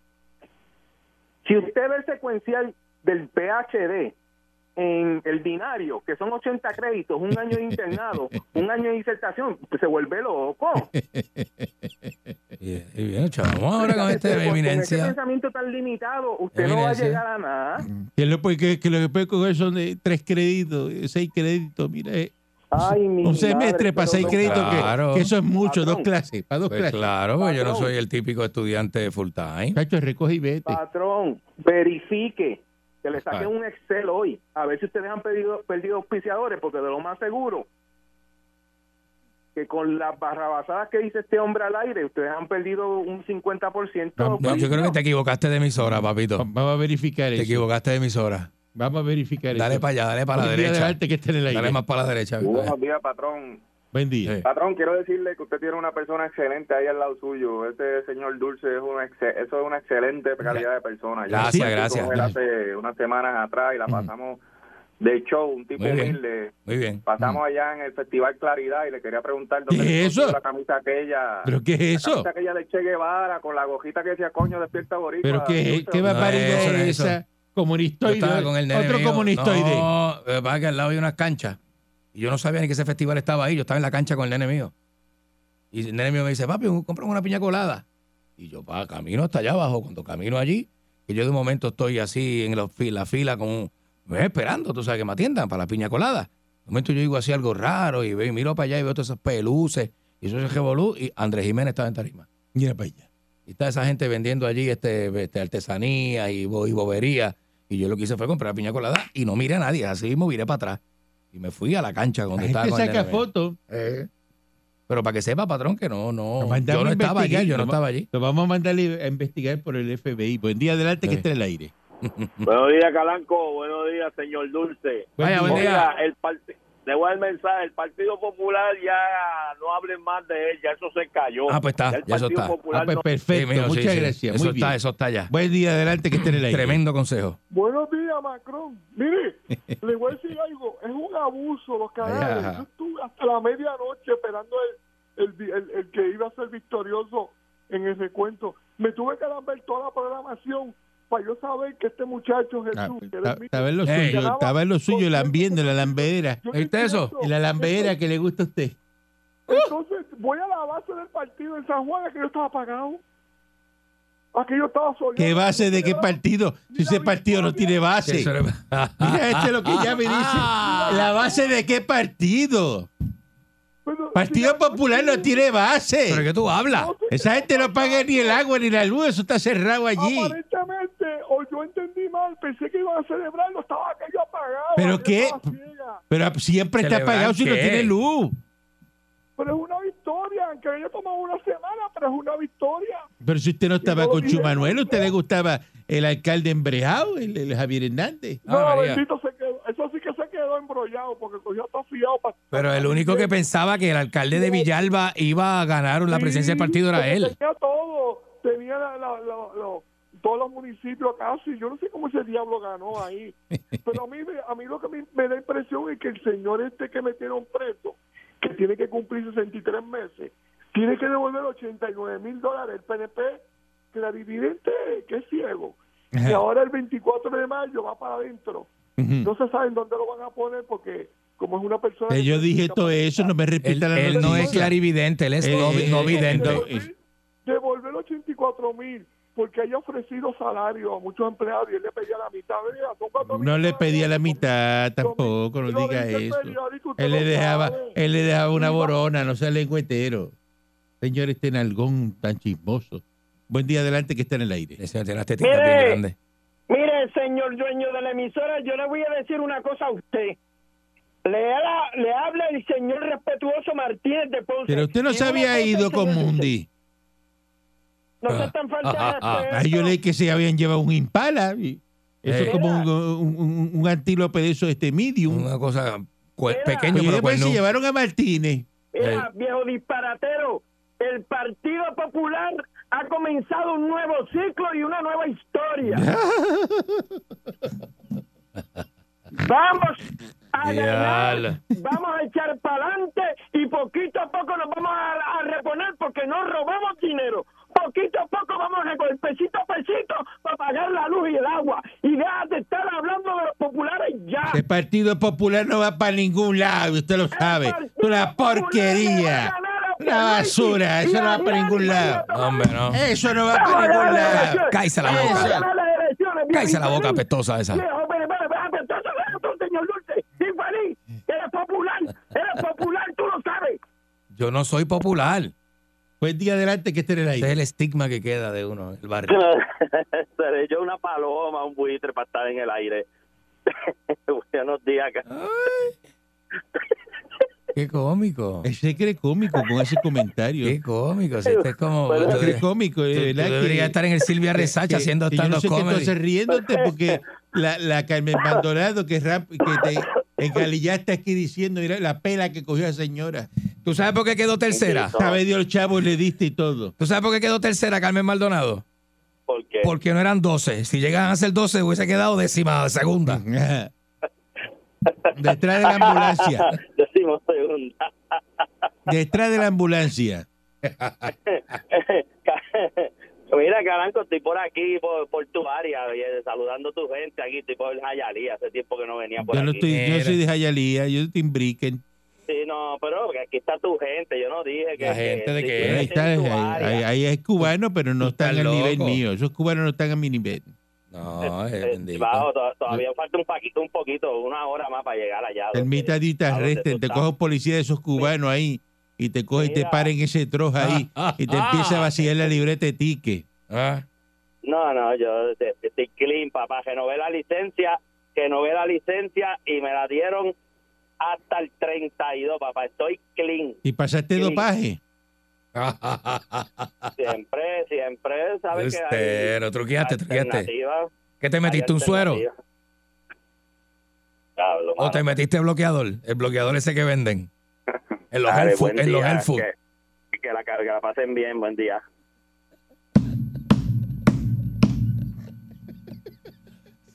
[SPEAKER 9] Si usted ve el secuencial del PHD en el binario, que son 80 créditos, un año de internado, un año de disertación, pues se vuelve loco.
[SPEAKER 4] Bien, bien, chamo, ahora con esta
[SPEAKER 9] Este- con este
[SPEAKER 4] eminencia.
[SPEAKER 9] pensamiento tan limitado, usted no va a
[SPEAKER 4] Eminencia.
[SPEAKER 9] llegar a nada.
[SPEAKER 3] Que lo, puede- que, que lo que puede coger son de tres créditos, eh, seis créditos. Mira, eh,
[SPEAKER 9] Ay, mi
[SPEAKER 3] un semestre
[SPEAKER 9] madre,
[SPEAKER 3] para
[SPEAKER 9] pero
[SPEAKER 3] seis
[SPEAKER 9] no.
[SPEAKER 3] créditos, que-
[SPEAKER 4] Claro.
[SPEAKER 3] que, eso es mucho, dos
[SPEAKER 9] Patrón.
[SPEAKER 3] clases, para dos
[SPEAKER 4] Pues
[SPEAKER 3] clases.
[SPEAKER 4] claro, pues yo no
[SPEAKER 9] Patrón.
[SPEAKER 4] soy el típico estudiante full time.
[SPEAKER 3] Cacho, recoge y vete.
[SPEAKER 9] Patrón, verifique que le saquen
[SPEAKER 4] Vale.
[SPEAKER 9] un Excel hoy, a ver si ustedes han perdido, perdido auspiciadores, porque de lo más seguro que con las barrabasadas que dice este hombre al aire, ustedes han perdido un 50%.
[SPEAKER 3] No,
[SPEAKER 4] No, yo creo que te equivocaste de emisora, papito.
[SPEAKER 3] Vamos a verificar
[SPEAKER 4] Te
[SPEAKER 3] eso.
[SPEAKER 4] equivocaste de emisora.
[SPEAKER 3] Vamos a verificar
[SPEAKER 4] Dale
[SPEAKER 3] eso.
[SPEAKER 4] para allá, dale para la
[SPEAKER 3] Buen día,
[SPEAKER 4] derecha.
[SPEAKER 3] adelante que esté en el aire.
[SPEAKER 4] Dale más para la derecha.
[SPEAKER 9] Buenos días, patrón.
[SPEAKER 3] Buen día.
[SPEAKER 4] Sí.
[SPEAKER 9] Patrón, quiero decirle que usted tiene una persona excelente ahí al lado suyo. Este señor Dulce es una, exce- eso es una excelente calidad de persona. Yo
[SPEAKER 4] Gracias,
[SPEAKER 9] estuve con
[SPEAKER 4] gracias.
[SPEAKER 9] él hace unas semanas atrás y la pasamos
[SPEAKER 6] de show, un tipo
[SPEAKER 4] Muy bien.
[SPEAKER 6] humilde.
[SPEAKER 4] Muy bien.
[SPEAKER 6] Pasamos allá en el Festival Claridad y le quería preguntar dónde
[SPEAKER 4] ¿Qué
[SPEAKER 6] le
[SPEAKER 4] es
[SPEAKER 6] consiguió
[SPEAKER 4] eso?
[SPEAKER 6] la camisa aquella.
[SPEAKER 4] ¿Pero qué es
[SPEAKER 6] La
[SPEAKER 4] eso?
[SPEAKER 6] camisa aquella de Che Guevara con la gojita que decía coño despierta boricua.
[SPEAKER 3] Pero qué, qué barbaridad
[SPEAKER 4] eso no
[SPEAKER 3] es
[SPEAKER 4] es eso.
[SPEAKER 3] esa.
[SPEAKER 4] Yo
[SPEAKER 3] Comunistoide.
[SPEAKER 4] estaba con el nene
[SPEAKER 3] Otro
[SPEAKER 4] mío.
[SPEAKER 3] comunistoide.
[SPEAKER 4] No, lo que pasa es que al lado hay unas canchas. Y yo no sabía ni que ese festival estaba ahí. Yo estaba en la cancha con el nene mío. Y el nene mío me dice, papi, compra una piña colada. Y yo, pa, camino hasta allá abajo. Cuando camino allí, que yo de momento estoy así en la fila, la fila con un- me esperando, tú sabes, que me atiendan para la piña colada. De momento yo digo así algo raro y veo y miro para allá y veo todas esas peluces. Y eso es revolú. Y Andrés Jiménez estaba en tarima.
[SPEAKER 3] Mira para allá.
[SPEAKER 4] Y está esa gente vendiendo allí este, este, artesanía y, bo- y bobería. Y yo lo que hice fue comprar piña colada y no miré a nadie. Así mismo miré para atrás. Y me fui a la cancha
[SPEAKER 3] La
[SPEAKER 4] donde estaba
[SPEAKER 3] gente
[SPEAKER 4] con el
[SPEAKER 3] saca
[SPEAKER 4] nene mío.
[SPEAKER 3] fotos.
[SPEAKER 4] Pero para que sepa, patrón, que no, no.
[SPEAKER 3] Nos mandamos
[SPEAKER 4] Yo no
[SPEAKER 3] a
[SPEAKER 4] estaba allí,
[SPEAKER 3] investigar,
[SPEAKER 4] yo no
[SPEAKER 3] nos-
[SPEAKER 4] estaba allí.
[SPEAKER 3] Lo vamos a mandar a investigar por el FBI. Buen día, adelante que
[SPEAKER 4] Sí.
[SPEAKER 3] esté en el aire.
[SPEAKER 7] Buenos días, Calanco. Buenos días, señor Dulce.
[SPEAKER 4] Vaya, buen
[SPEAKER 3] Ah, pues,
[SPEAKER 7] Oiga,
[SPEAKER 4] día.
[SPEAKER 7] el parte, le voy a dar el mensaje. El Partido Popular ya no hablen más de él, ya eso se cayó.
[SPEAKER 4] Ah, pues está,
[SPEAKER 7] Ya el
[SPEAKER 4] ya eso
[SPEAKER 7] Partido
[SPEAKER 4] está.
[SPEAKER 7] Popular
[SPEAKER 3] Ah, pues
[SPEAKER 7] no-
[SPEAKER 4] Sí,
[SPEAKER 3] perfecto.
[SPEAKER 4] mijo, sí,
[SPEAKER 3] Muchas
[SPEAKER 4] sí.
[SPEAKER 3] gracias.
[SPEAKER 4] Eso
[SPEAKER 3] Muy
[SPEAKER 4] está,
[SPEAKER 3] bien.
[SPEAKER 4] eso está ya.
[SPEAKER 3] Buen día, adelante que esté en el aire.
[SPEAKER 4] Tremendo consejo.
[SPEAKER 9] Buenos días, Macron. Mire, le voy a decir algo. Es un abuso los canales.
[SPEAKER 3] Allá.
[SPEAKER 9] Yo estuve hasta la medianoche esperando el, el, vi- el- el que iba a ser victorioso en el recuento. Me tuve que ver toda la programación para yo saber que este muchacho Jesús...
[SPEAKER 3] Ah,
[SPEAKER 9] que
[SPEAKER 3] ta-
[SPEAKER 9] eres mío.
[SPEAKER 3] estaba en lo
[SPEAKER 4] Ey.
[SPEAKER 3] suyo, estaba en lo suyo, lambiendo la lambedera.
[SPEAKER 9] Yo
[SPEAKER 4] ¿Viste
[SPEAKER 9] no
[SPEAKER 4] eso?
[SPEAKER 9] entiendo.
[SPEAKER 3] La lambedera que le gusta a usted.
[SPEAKER 9] Entonces voy a la base del partido en San Juan, aquello estaba apagado. Aquello estaba soleado.
[SPEAKER 3] ¿Qué base de qué
[SPEAKER 9] Mira,
[SPEAKER 3] partido? Si ese partido no tiene
[SPEAKER 4] Sí,
[SPEAKER 3] base.
[SPEAKER 4] eso era- Ah,
[SPEAKER 3] Mira, este es lo que ya me dice. ¿La base de qué partido?
[SPEAKER 9] pero-
[SPEAKER 3] Partido
[SPEAKER 9] mira,
[SPEAKER 3] Popular no tiene
[SPEAKER 4] ¿Pero
[SPEAKER 3] base. Ah,
[SPEAKER 4] que tú hablas?
[SPEAKER 3] Esa gente no paga ni el agua ni la luz, eso está cerrado allí.
[SPEAKER 9] Aparentemente, o yo entendí mal, pensé que iban a celebrarlo, estaba aquello apagado.
[SPEAKER 3] ¿Pero
[SPEAKER 9] aquello
[SPEAKER 3] qué?
[SPEAKER 9] estaba ciega.
[SPEAKER 3] Pero siempre está
[SPEAKER 4] ¿Celebrar
[SPEAKER 3] apagado si no
[SPEAKER 4] qué?
[SPEAKER 3] tiene luz.
[SPEAKER 9] Pero es una victoria, aunque haya tomado una semana, pero es una victoria.
[SPEAKER 3] Pero si usted no estaba
[SPEAKER 9] no
[SPEAKER 3] con
[SPEAKER 9] lo dije.
[SPEAKER 3] Chumanuel, usted le gustaba el alcalde embrejado, el, el Javier Hernández.
[SPEAKER 9] No,
[SPEAKER 4] Ah, María.
[SPEAKER 9] bendito, se quedó, eso sí que se quedó embrollado, porque cogió hasta fiado. para-
[SPEAKER 4] Pero el único que pensaba que el alcalde de Villalba iba a ganar la presidencia del partido era
[SPEAKER 9] Sí,
[SPEAKER 4] él.
[SPEAKER 9] Tenía todo, tenía la- la- la- lo- todos los municipios casi. Yo no sé cómo ese diablo ganó ahí. Pero a mí, me- a mí lo que me, me da impresión es que el señor este que metieron preso, que tiene que cumplir 63 meses, tiene que devolver 89 mil dólares el PNP, clarividente, que es ciego. Y ahora el 24 de mayo va para adentro. No se sabe en dónde lo van a poner porque como es una persona...
[SPEAKER 3] Eh,
[SPEAKER 9] que
[SPEAKER 3] Yo
[SPEAKER 9] tiene
[SPEAKER 3] dije todo eso, no me
[SPEAKER 4] Él,
[SPEAKER 3] repita la
[SPEAKER 4] él no
[SPEAKER 3] noticia.
[SPEAKER 4] es clarividente, él es
[SPEAKER 3] Eh,
[SPEAKER 4] no,
[SPEAKER 3] eh,
[SPEAKER 4] no
[SPEAKER 3] eh,
[SPEAKER 4] vidente.
[SPEAKER 3] eh,
[SPEAKER 9] devolver, devolver 84 mil porque haya ofrecido salario a muchos empleados y él le pedía la mitad. Mira, son cuatro mil
[SPEAKER 3] No le
[SPEAKER 9] dólares.
[SPEAKER 3] pedía la mitad tampoco, no
[SPEAKER 9] Lo
[SPEAKER 3] diga
[SPEAKER 9] dice el
[SPEAKER 3] eso.
[SPEAKER 9] periódico, usted
[SPEAKER 3] Él le
[SPEAKER 9] lo
[SPEAKER 3] dejaba,
[SPEAKER 9] sabe.
[SPEAKER 3] él le dejaba una borona, no sea lengüetero. Señor, este nalgón tan chismoso. Buen día adelante que está en el aire.
[SPEAKER 4] Ese tiene las teticas
[SPEAKER 10] Mire.
[SPEAKER 4] bien grandes.
[SPEAKER 10] Mire, señor dueño de la emisora, yo le voy a decir una cosa a usted. Le, ha- le habla el señor respetuoso Martínez de Ponce.
[SPEAKER 3] Pero usted no
[SPEAKER 10] Y
[SPEAKER 3] se
[SPEAKER 10] una cosa,
[SPEAKER 3] había ido
[SPEAKER 10] señor
[SPEAKER 3] con
[SPEAKER 10] Dulce,
[SPEAKER 3] Mundi.
[SPEAKER 10] No se están
[SPEAKER 4] Ah, ah, ah.
[SPEAKER 10] faltando.
[SPEAKER 3] Ahí yo leí que se habían llevado un impala. y Eso
[SPEAKER 4] Eh.
[SPEAKER 3] es como un, un- un- un antílope de eso, este medium.
[SPEAKER 4] Una cosa cue-
[SPEAKER 10] Mira.
[SPEAKER 4] pequeño,
[SPEAKER 3] Pero
[SPEAKER 4] pero pues
[SPEAKER 3] después
[SPEAKER 4] cuerno.
[SPEAKER 3] se llevaron a Martínez.
[SPEAKER 10] Mira, viejo disparatero, el Partido Popular ha comenzado un nuevo ciclo y una nueva historia. vamos a ganar,
[SPEAKER 4] Diablo.
[SPEAKER 10] vamos a echar para adelante y poquito a poco nos vamos a, a reponer porque no robamos dinero. Poquito a poco vamos a recoger pesito a pesito para pagar la luz y el agua. Y deja de estar hablando de los populares ya.
[SPEAKER 3] El Partido Popular no va para ningún lado, usted lo sabe.
[SPEAKER 10] Partido
[SPEAKER 3] Una
[SPEAKER 10] Popular le
[SPEAKER 3] porquería.
[SPEAKER 10] va a ganar a
[SPEAKER 3] Una
[SPEAKER 10] Pierluisi
[SPEAKER 3] basura, eso
[SPEAKER 10] y
[SPEAKER 3] no va
[SPEAKER 10] a
[SPEAKER 3] para ningún
[SPEAKER 10] Nadie
[SPEAKER 3] lado.
[SPEAKER 10] va a
[SPEAKER 4] Hombre, no.
[SPEAKER 3] Eh, Eso no va
[SPEAKER 10] Vamos
[SPEAKER 3] para
[SPEAKER 10] a ganar
[SPEAKER 3] ningún
[SPEAKER 10] las
[SPEAKER 3] lado.
[SPEAKER 10] elecciones.
[SPEAKER 4] cállese la
[SPEAKER 10] Vamos a
[SPEAKER 4] boca.
[SPEAKER 10] ganar las elecciones, bien
[SPEAKER 4] Cállese la boca,
[SPEAKER 10] infeliz.
[SPEAKER 4] apestosa esa.
[SPEAKER 10] Viejo, ve, ve, ve, apestoso, ve, tú, señor Dulce, infeliz. Eres popular, eres popular, tú lo sabes.
[SPEAKER 4] Yo no soy popular.
[SPEAKER 3] Buen día adelante que esté en el
[SPEAKER 4] Ese es
[SPEAKER 3] aire.
[SPEAKER 4] el estigma que queda de uno, el barrio.
[SPEAKER 6] Seré yo una paloma, un buitre para estar en el aire. Buenos días, ca-
[SPEAKER 4] Qué cómico.
[SPEAKER 3] Ese cree cómico con ese comentario.
[SPEAKER 4] Qué cómico. Si este es como.
[SPEAKER 3] Se
[SPEAKER 4] tú
[SPEAKER 3] cree
[SPEAKER 4] deberías-
[SPEAKER 3] cómico,
[SPEAKER 4] tú-
[SPEAKER 3] de
[SPEAKER 4] tú
[SPEAKER 3] verdad. que-
[SPEAKER 4] deberías estar en el Silvia Resacha
[SPEAKER 3] que-
[SPEAKER 4] haciendo
[SPEAKER 3] que yo no
[SPEAKER 4] stand-up
[SPEAKER 3] sé qué tú
[SPEAKER 4] comedy.
[SPEAKER 3] haces riéndote porque la, la Carmen Maldonado que, rap, que te engalillaste aquí diciendo mira, la pela que cogió la señora.
[SPEAKER 4] ¿Tú sabes por qué quedó tercera?
[SPEAKER 3] Sabe Dios, chavo, le diste y todo.
[SPEAKER 4] ¿Tú sabes por qué quedó tercera, Carmen Maldonado?
[SPEAKER 6] porque
[SPEAKER 3] Eh,
[SPEAKER 4] Porque no eran 12. Si llegaban a ser 12, hubiese quedado décima segunda.
[SPEAKER 3] Detrás de la ambulancia.
[SPEAKER 9] Decimos segunda.
[SPEAKER 3] Detrás de la ambulancia.
[SPEAKER 9] Mira, Caranco, estoy por aquí, por, por tu área, oye, saludando a tu gente aquí. Estoy por Jayalía, hace tiempo que no venía por
[SPEAKER 3] Yo, no
[SPEAKER 9] aquí.
[SPEAKER 3] estoy, yo
[SPEAKER 4] Mira.
[SPEAKER 3] soy de Jayalía, yo soy de Timbriken.
[SPEAKER 9] Sí, no, pero porque aquí está tu gente. Yo no dije que.
[SPEAKER 4] La gente de
[SPEAKER 9] sí,
[SPEAKER 4] que-
[SPEAKER 9] yo
[SPEAKER 4] Eh,
[SPEAKER 3] Ahí,
[SPEAKER 9] estoy
[SPEAKER 3] está,
[SPEAKER 9] en
[SPEAKER 3] ahí,
[SPEAKER 9] tu área.
[SPEAKER 3] ahí- ahí es cubano, pero no
[SPEAKER 4] Tú estás
[SPEAKER 3] están al nivel
[SPEAKER 4] loco.
[SPEAKER 3] mío. Esos cubanos no están a mi nivel.
[SPEAKER 4] No, es
[SPEAKER 9] Eh,
[SPEAKER 4] bendito.
[SPEAKER 9] bajo, to- todavía falta un paquito, un poquito, una hora más para llegar allá. donde-
[SPEAKER 3] Permita que te
[SPEAKER 9] a donde tú
[SPEAKER 3] arresten, este, te
[SPEAKER 9] estás.
[SPEAKER 3] coge un policía de esos cubanos ahí y te coge y te
[SPEAKER 9] Mira. Ah.
[SPEAKER 3] para en ese trozo ahí y te empieza a vaciar la libreta de ticket.
[SPEAKER 4] Ah,
[SPEAKER 9] No, no, yo este, estoy clean, papá. Renové la licencia, renové la licencia y me la dieron hasta el 32, papá. Estoy clean.
[SPEAKER 3] Y pasaste
[SPEAKER 9] Sí.
[SPEAKER 3] dopaje.
[SPEAKER 9] Siempre, siempre, ¿sabes que hay
[SPEAKER 4] Pero truqueaste, truqueaste.
[SPEAKER 9] alternativas?
[SPEAKER 4] ¿Qué te Este, metiste?
[SPEAKER 9] Hay
[SPEAKER 4] ¿Un suero?
[SPEAKER 9] alternativas. Diablo,
[SPEAKER 4] ¿O
[SPEAKER 9] mano.
[SPEAKER 4] te metiste bloqueador? El bloqueador ese que venden. En los
[SPEAKER 9] Dale,
[SPEAKER 4] health food.
[SPEAKER 9] buen
[SPEAKER 4] En los
[SPEAKER 9] día,
[SPEAKER 4] health food.
[SPEAKER 9] Que, que la, que la pasen bien, buen día.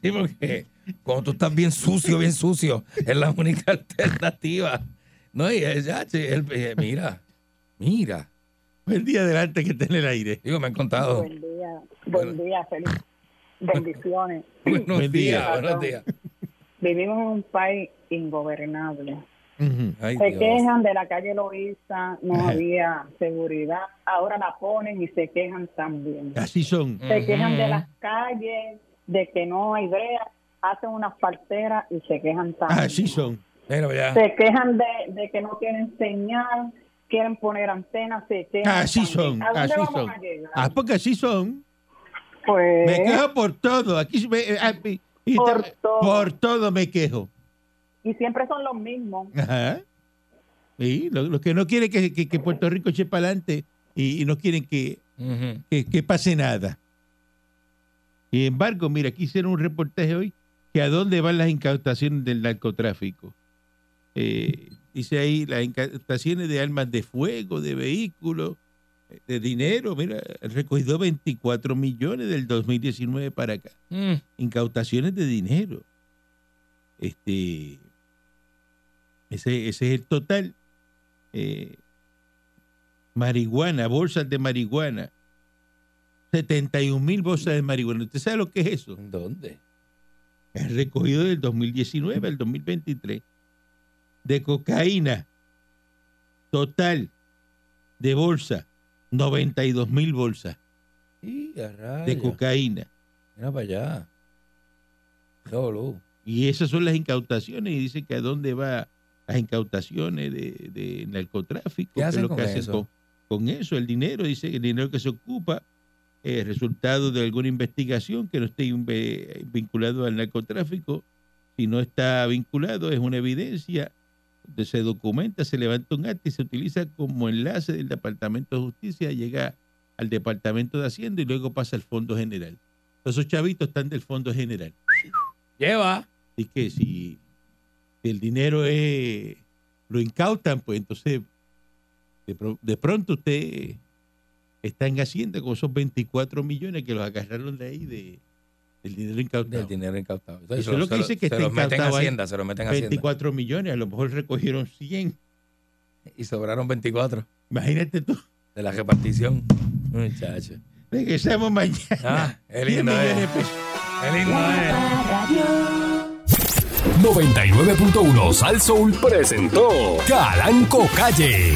[SPEAKER 4] Sí, porque cuando tú estás bien sucio, bien sucio, es la única alternativa. No, y es, ya, sí, el- eh, mira, mira.
[SPEAKER 3] El día adelante que esté en el aire.
[SPEAKER 4] Digo, me han contado.
[SPEAKER 8] Buen día, buen día, feliz. Bendiciones.
[SPEAKER 4] Buenos
[SPEAKER 3] Buen
[SPEAKER 4] días,
[SPEAKER 3] día.
[SPEAKER 4] buenos días.
[SPEAKER 8] Vivimos en un país ingobernable.
[SPEAKER 3] Ujú.
[SPEAKER 4] Ay,
[SPEAKER 8] Se
[SPEAKER 4] Dios.
[SPEAKER 8] quejan de la calle Loiza, no
[SPEAKER 3] Ajá.
[SPEAKER 8] había seguridad. Ahora la ponen y se quejan también.
[SPEAKER 3] Así son.
[SPEAKER 8] Se quejan de
[SPEAKER 4] Ujú.
[SPEAKER 8] las calles, de que no hay brea, hacen una faltera y se quejan también.
[SPEAKER 3] Así Ah, son.
[SPEAKER 4] Mira, ya.
[SPEAKER 8] Se quejan de, de que no tienen señal, quieren poner antenas, se quejan.
[SPEAKER 3] Así
[SPEAKER 8] también.
[SPEAKER 3] Ah, son.
[SPEAKER 8] ¿A dónde
[SPEAKER 3] Así
[SPEAKER 8] vamos
[SPEAKER 3] son.
[SPEAKER 8] a llegar?
[SPEAKER 3] Ah, porque así son.
[SPEAKER 8] Pues,
[SPEAKER 9] ¿Eh?
[SPEAKER 3] Me quejo por todo. Aquí se me- eh, ah, y- y-
[SPEAKER 8] Por todo.
[SPEAKER 3] por todo me quejo.
[SPEAKER 8] y siempre son los mismos.
[SPEAKER 3] Ajá. Y los que no quieren que, que- que Puerto Rico eche para adelante y, y no quieren que,
[SPEAKER 4] Ujú.
[SPEAKER 3] que, que pase nada. Sin embargo, mira, aquí hicieron un reportaje hoy que a dónde van las incautaciones del narcotráfico. Eh, dice ahí las incautaciones de armas de fuego, de vehículos, eh, de dinero. Mira, recogió 24 millones del 2019 para acá
[SPEAKER 4] Mm.
[SPEAKER 3] incautaciones de dinero. Este, ese, ese es el total. Eh, marihuana, bolsas de marihuana. 71 mil bolsas de marihuana. ¿Usted sabe lo que es eso?
[SPEAKER 4] ¿Dónde?
[SPEAKER 3] El recogido del 2019 al 2023 de cocaína total de bolsa, 92 mil bolsas
[SPEAKER 4] Sí, a
[SPEAKER 3] de
[SPEAKER 4] rayos.
[SPEAKER 3] cocaína.
[SPEAKER 4] Mira para allá. uh. Solo.
[SPEAKER 3] Y esas son las incautaciones y dice que a dónde va las incautaciones de, de narcotráfico,
[SPEAKER 4] ¿Qué
[SPEAKER 3] que
[SPEAKER 4] hacen
[SPEAKER 3] es lo
[SPEAKER 4] con
[SPEAKER 3] que hacen
[SPEAKER 4] eso?
[SPEAKER 3] Con, con eso, el dinero, dice que el dinero que se ocupa es resultado de alguna investigación que no esté inve- vinculado al narcotráfico, si no está vinculado es una evidencia, donde se documenta, se levanta un acta y se utiliza como enlace del Departamento de Justicia, llega al Departamento de Hacienda y luego pasa al Fondo General. Esos chavitos están del Fondo General.
[SPEAKER 4] Lleva.
[SPEAKER 3] Así que si el dinero es, lo incautan, pues entonces de, pro- de pronto usted está en Hacienda con esos 24 millones que los agarraron de ahí de, del dinero incautado.
[SPEAKER 4] Del dinero incautado.
[SPEAKER 3] Eso es lo que dice que
[SPEAKER 4] se
[SPEAKER 3] está
[SPEAKER 4] los meten a
[SPEAKER 3] incautado ahí.
[SPEAKER 4] Hacienda, se los meten a Hacienda.
[SPEAKER 3] 24 millones, a lo mejor recogieron 100.
[SPEAKER 4] Y sobraron 24
[SPEAKER 3] Imagínate tú.
[SPEAKER 4] de la repartición. Muchacho.
[SPEAKER 3] Regresamos mañana.
[SPEAKER 4] Ah, el
[SPEAKER 3] 10
[SPEAKER 4] lindo
[SPEAKER 3] millones de
[SPEAKER 4] es.
[SPEAKER 3] pesos.
[SPEAKER 4] El lindo es.
[SPEAKER 11] Radio.
[SPEAKER 1] 99.1 Sal Soul presentó Calanco Calle.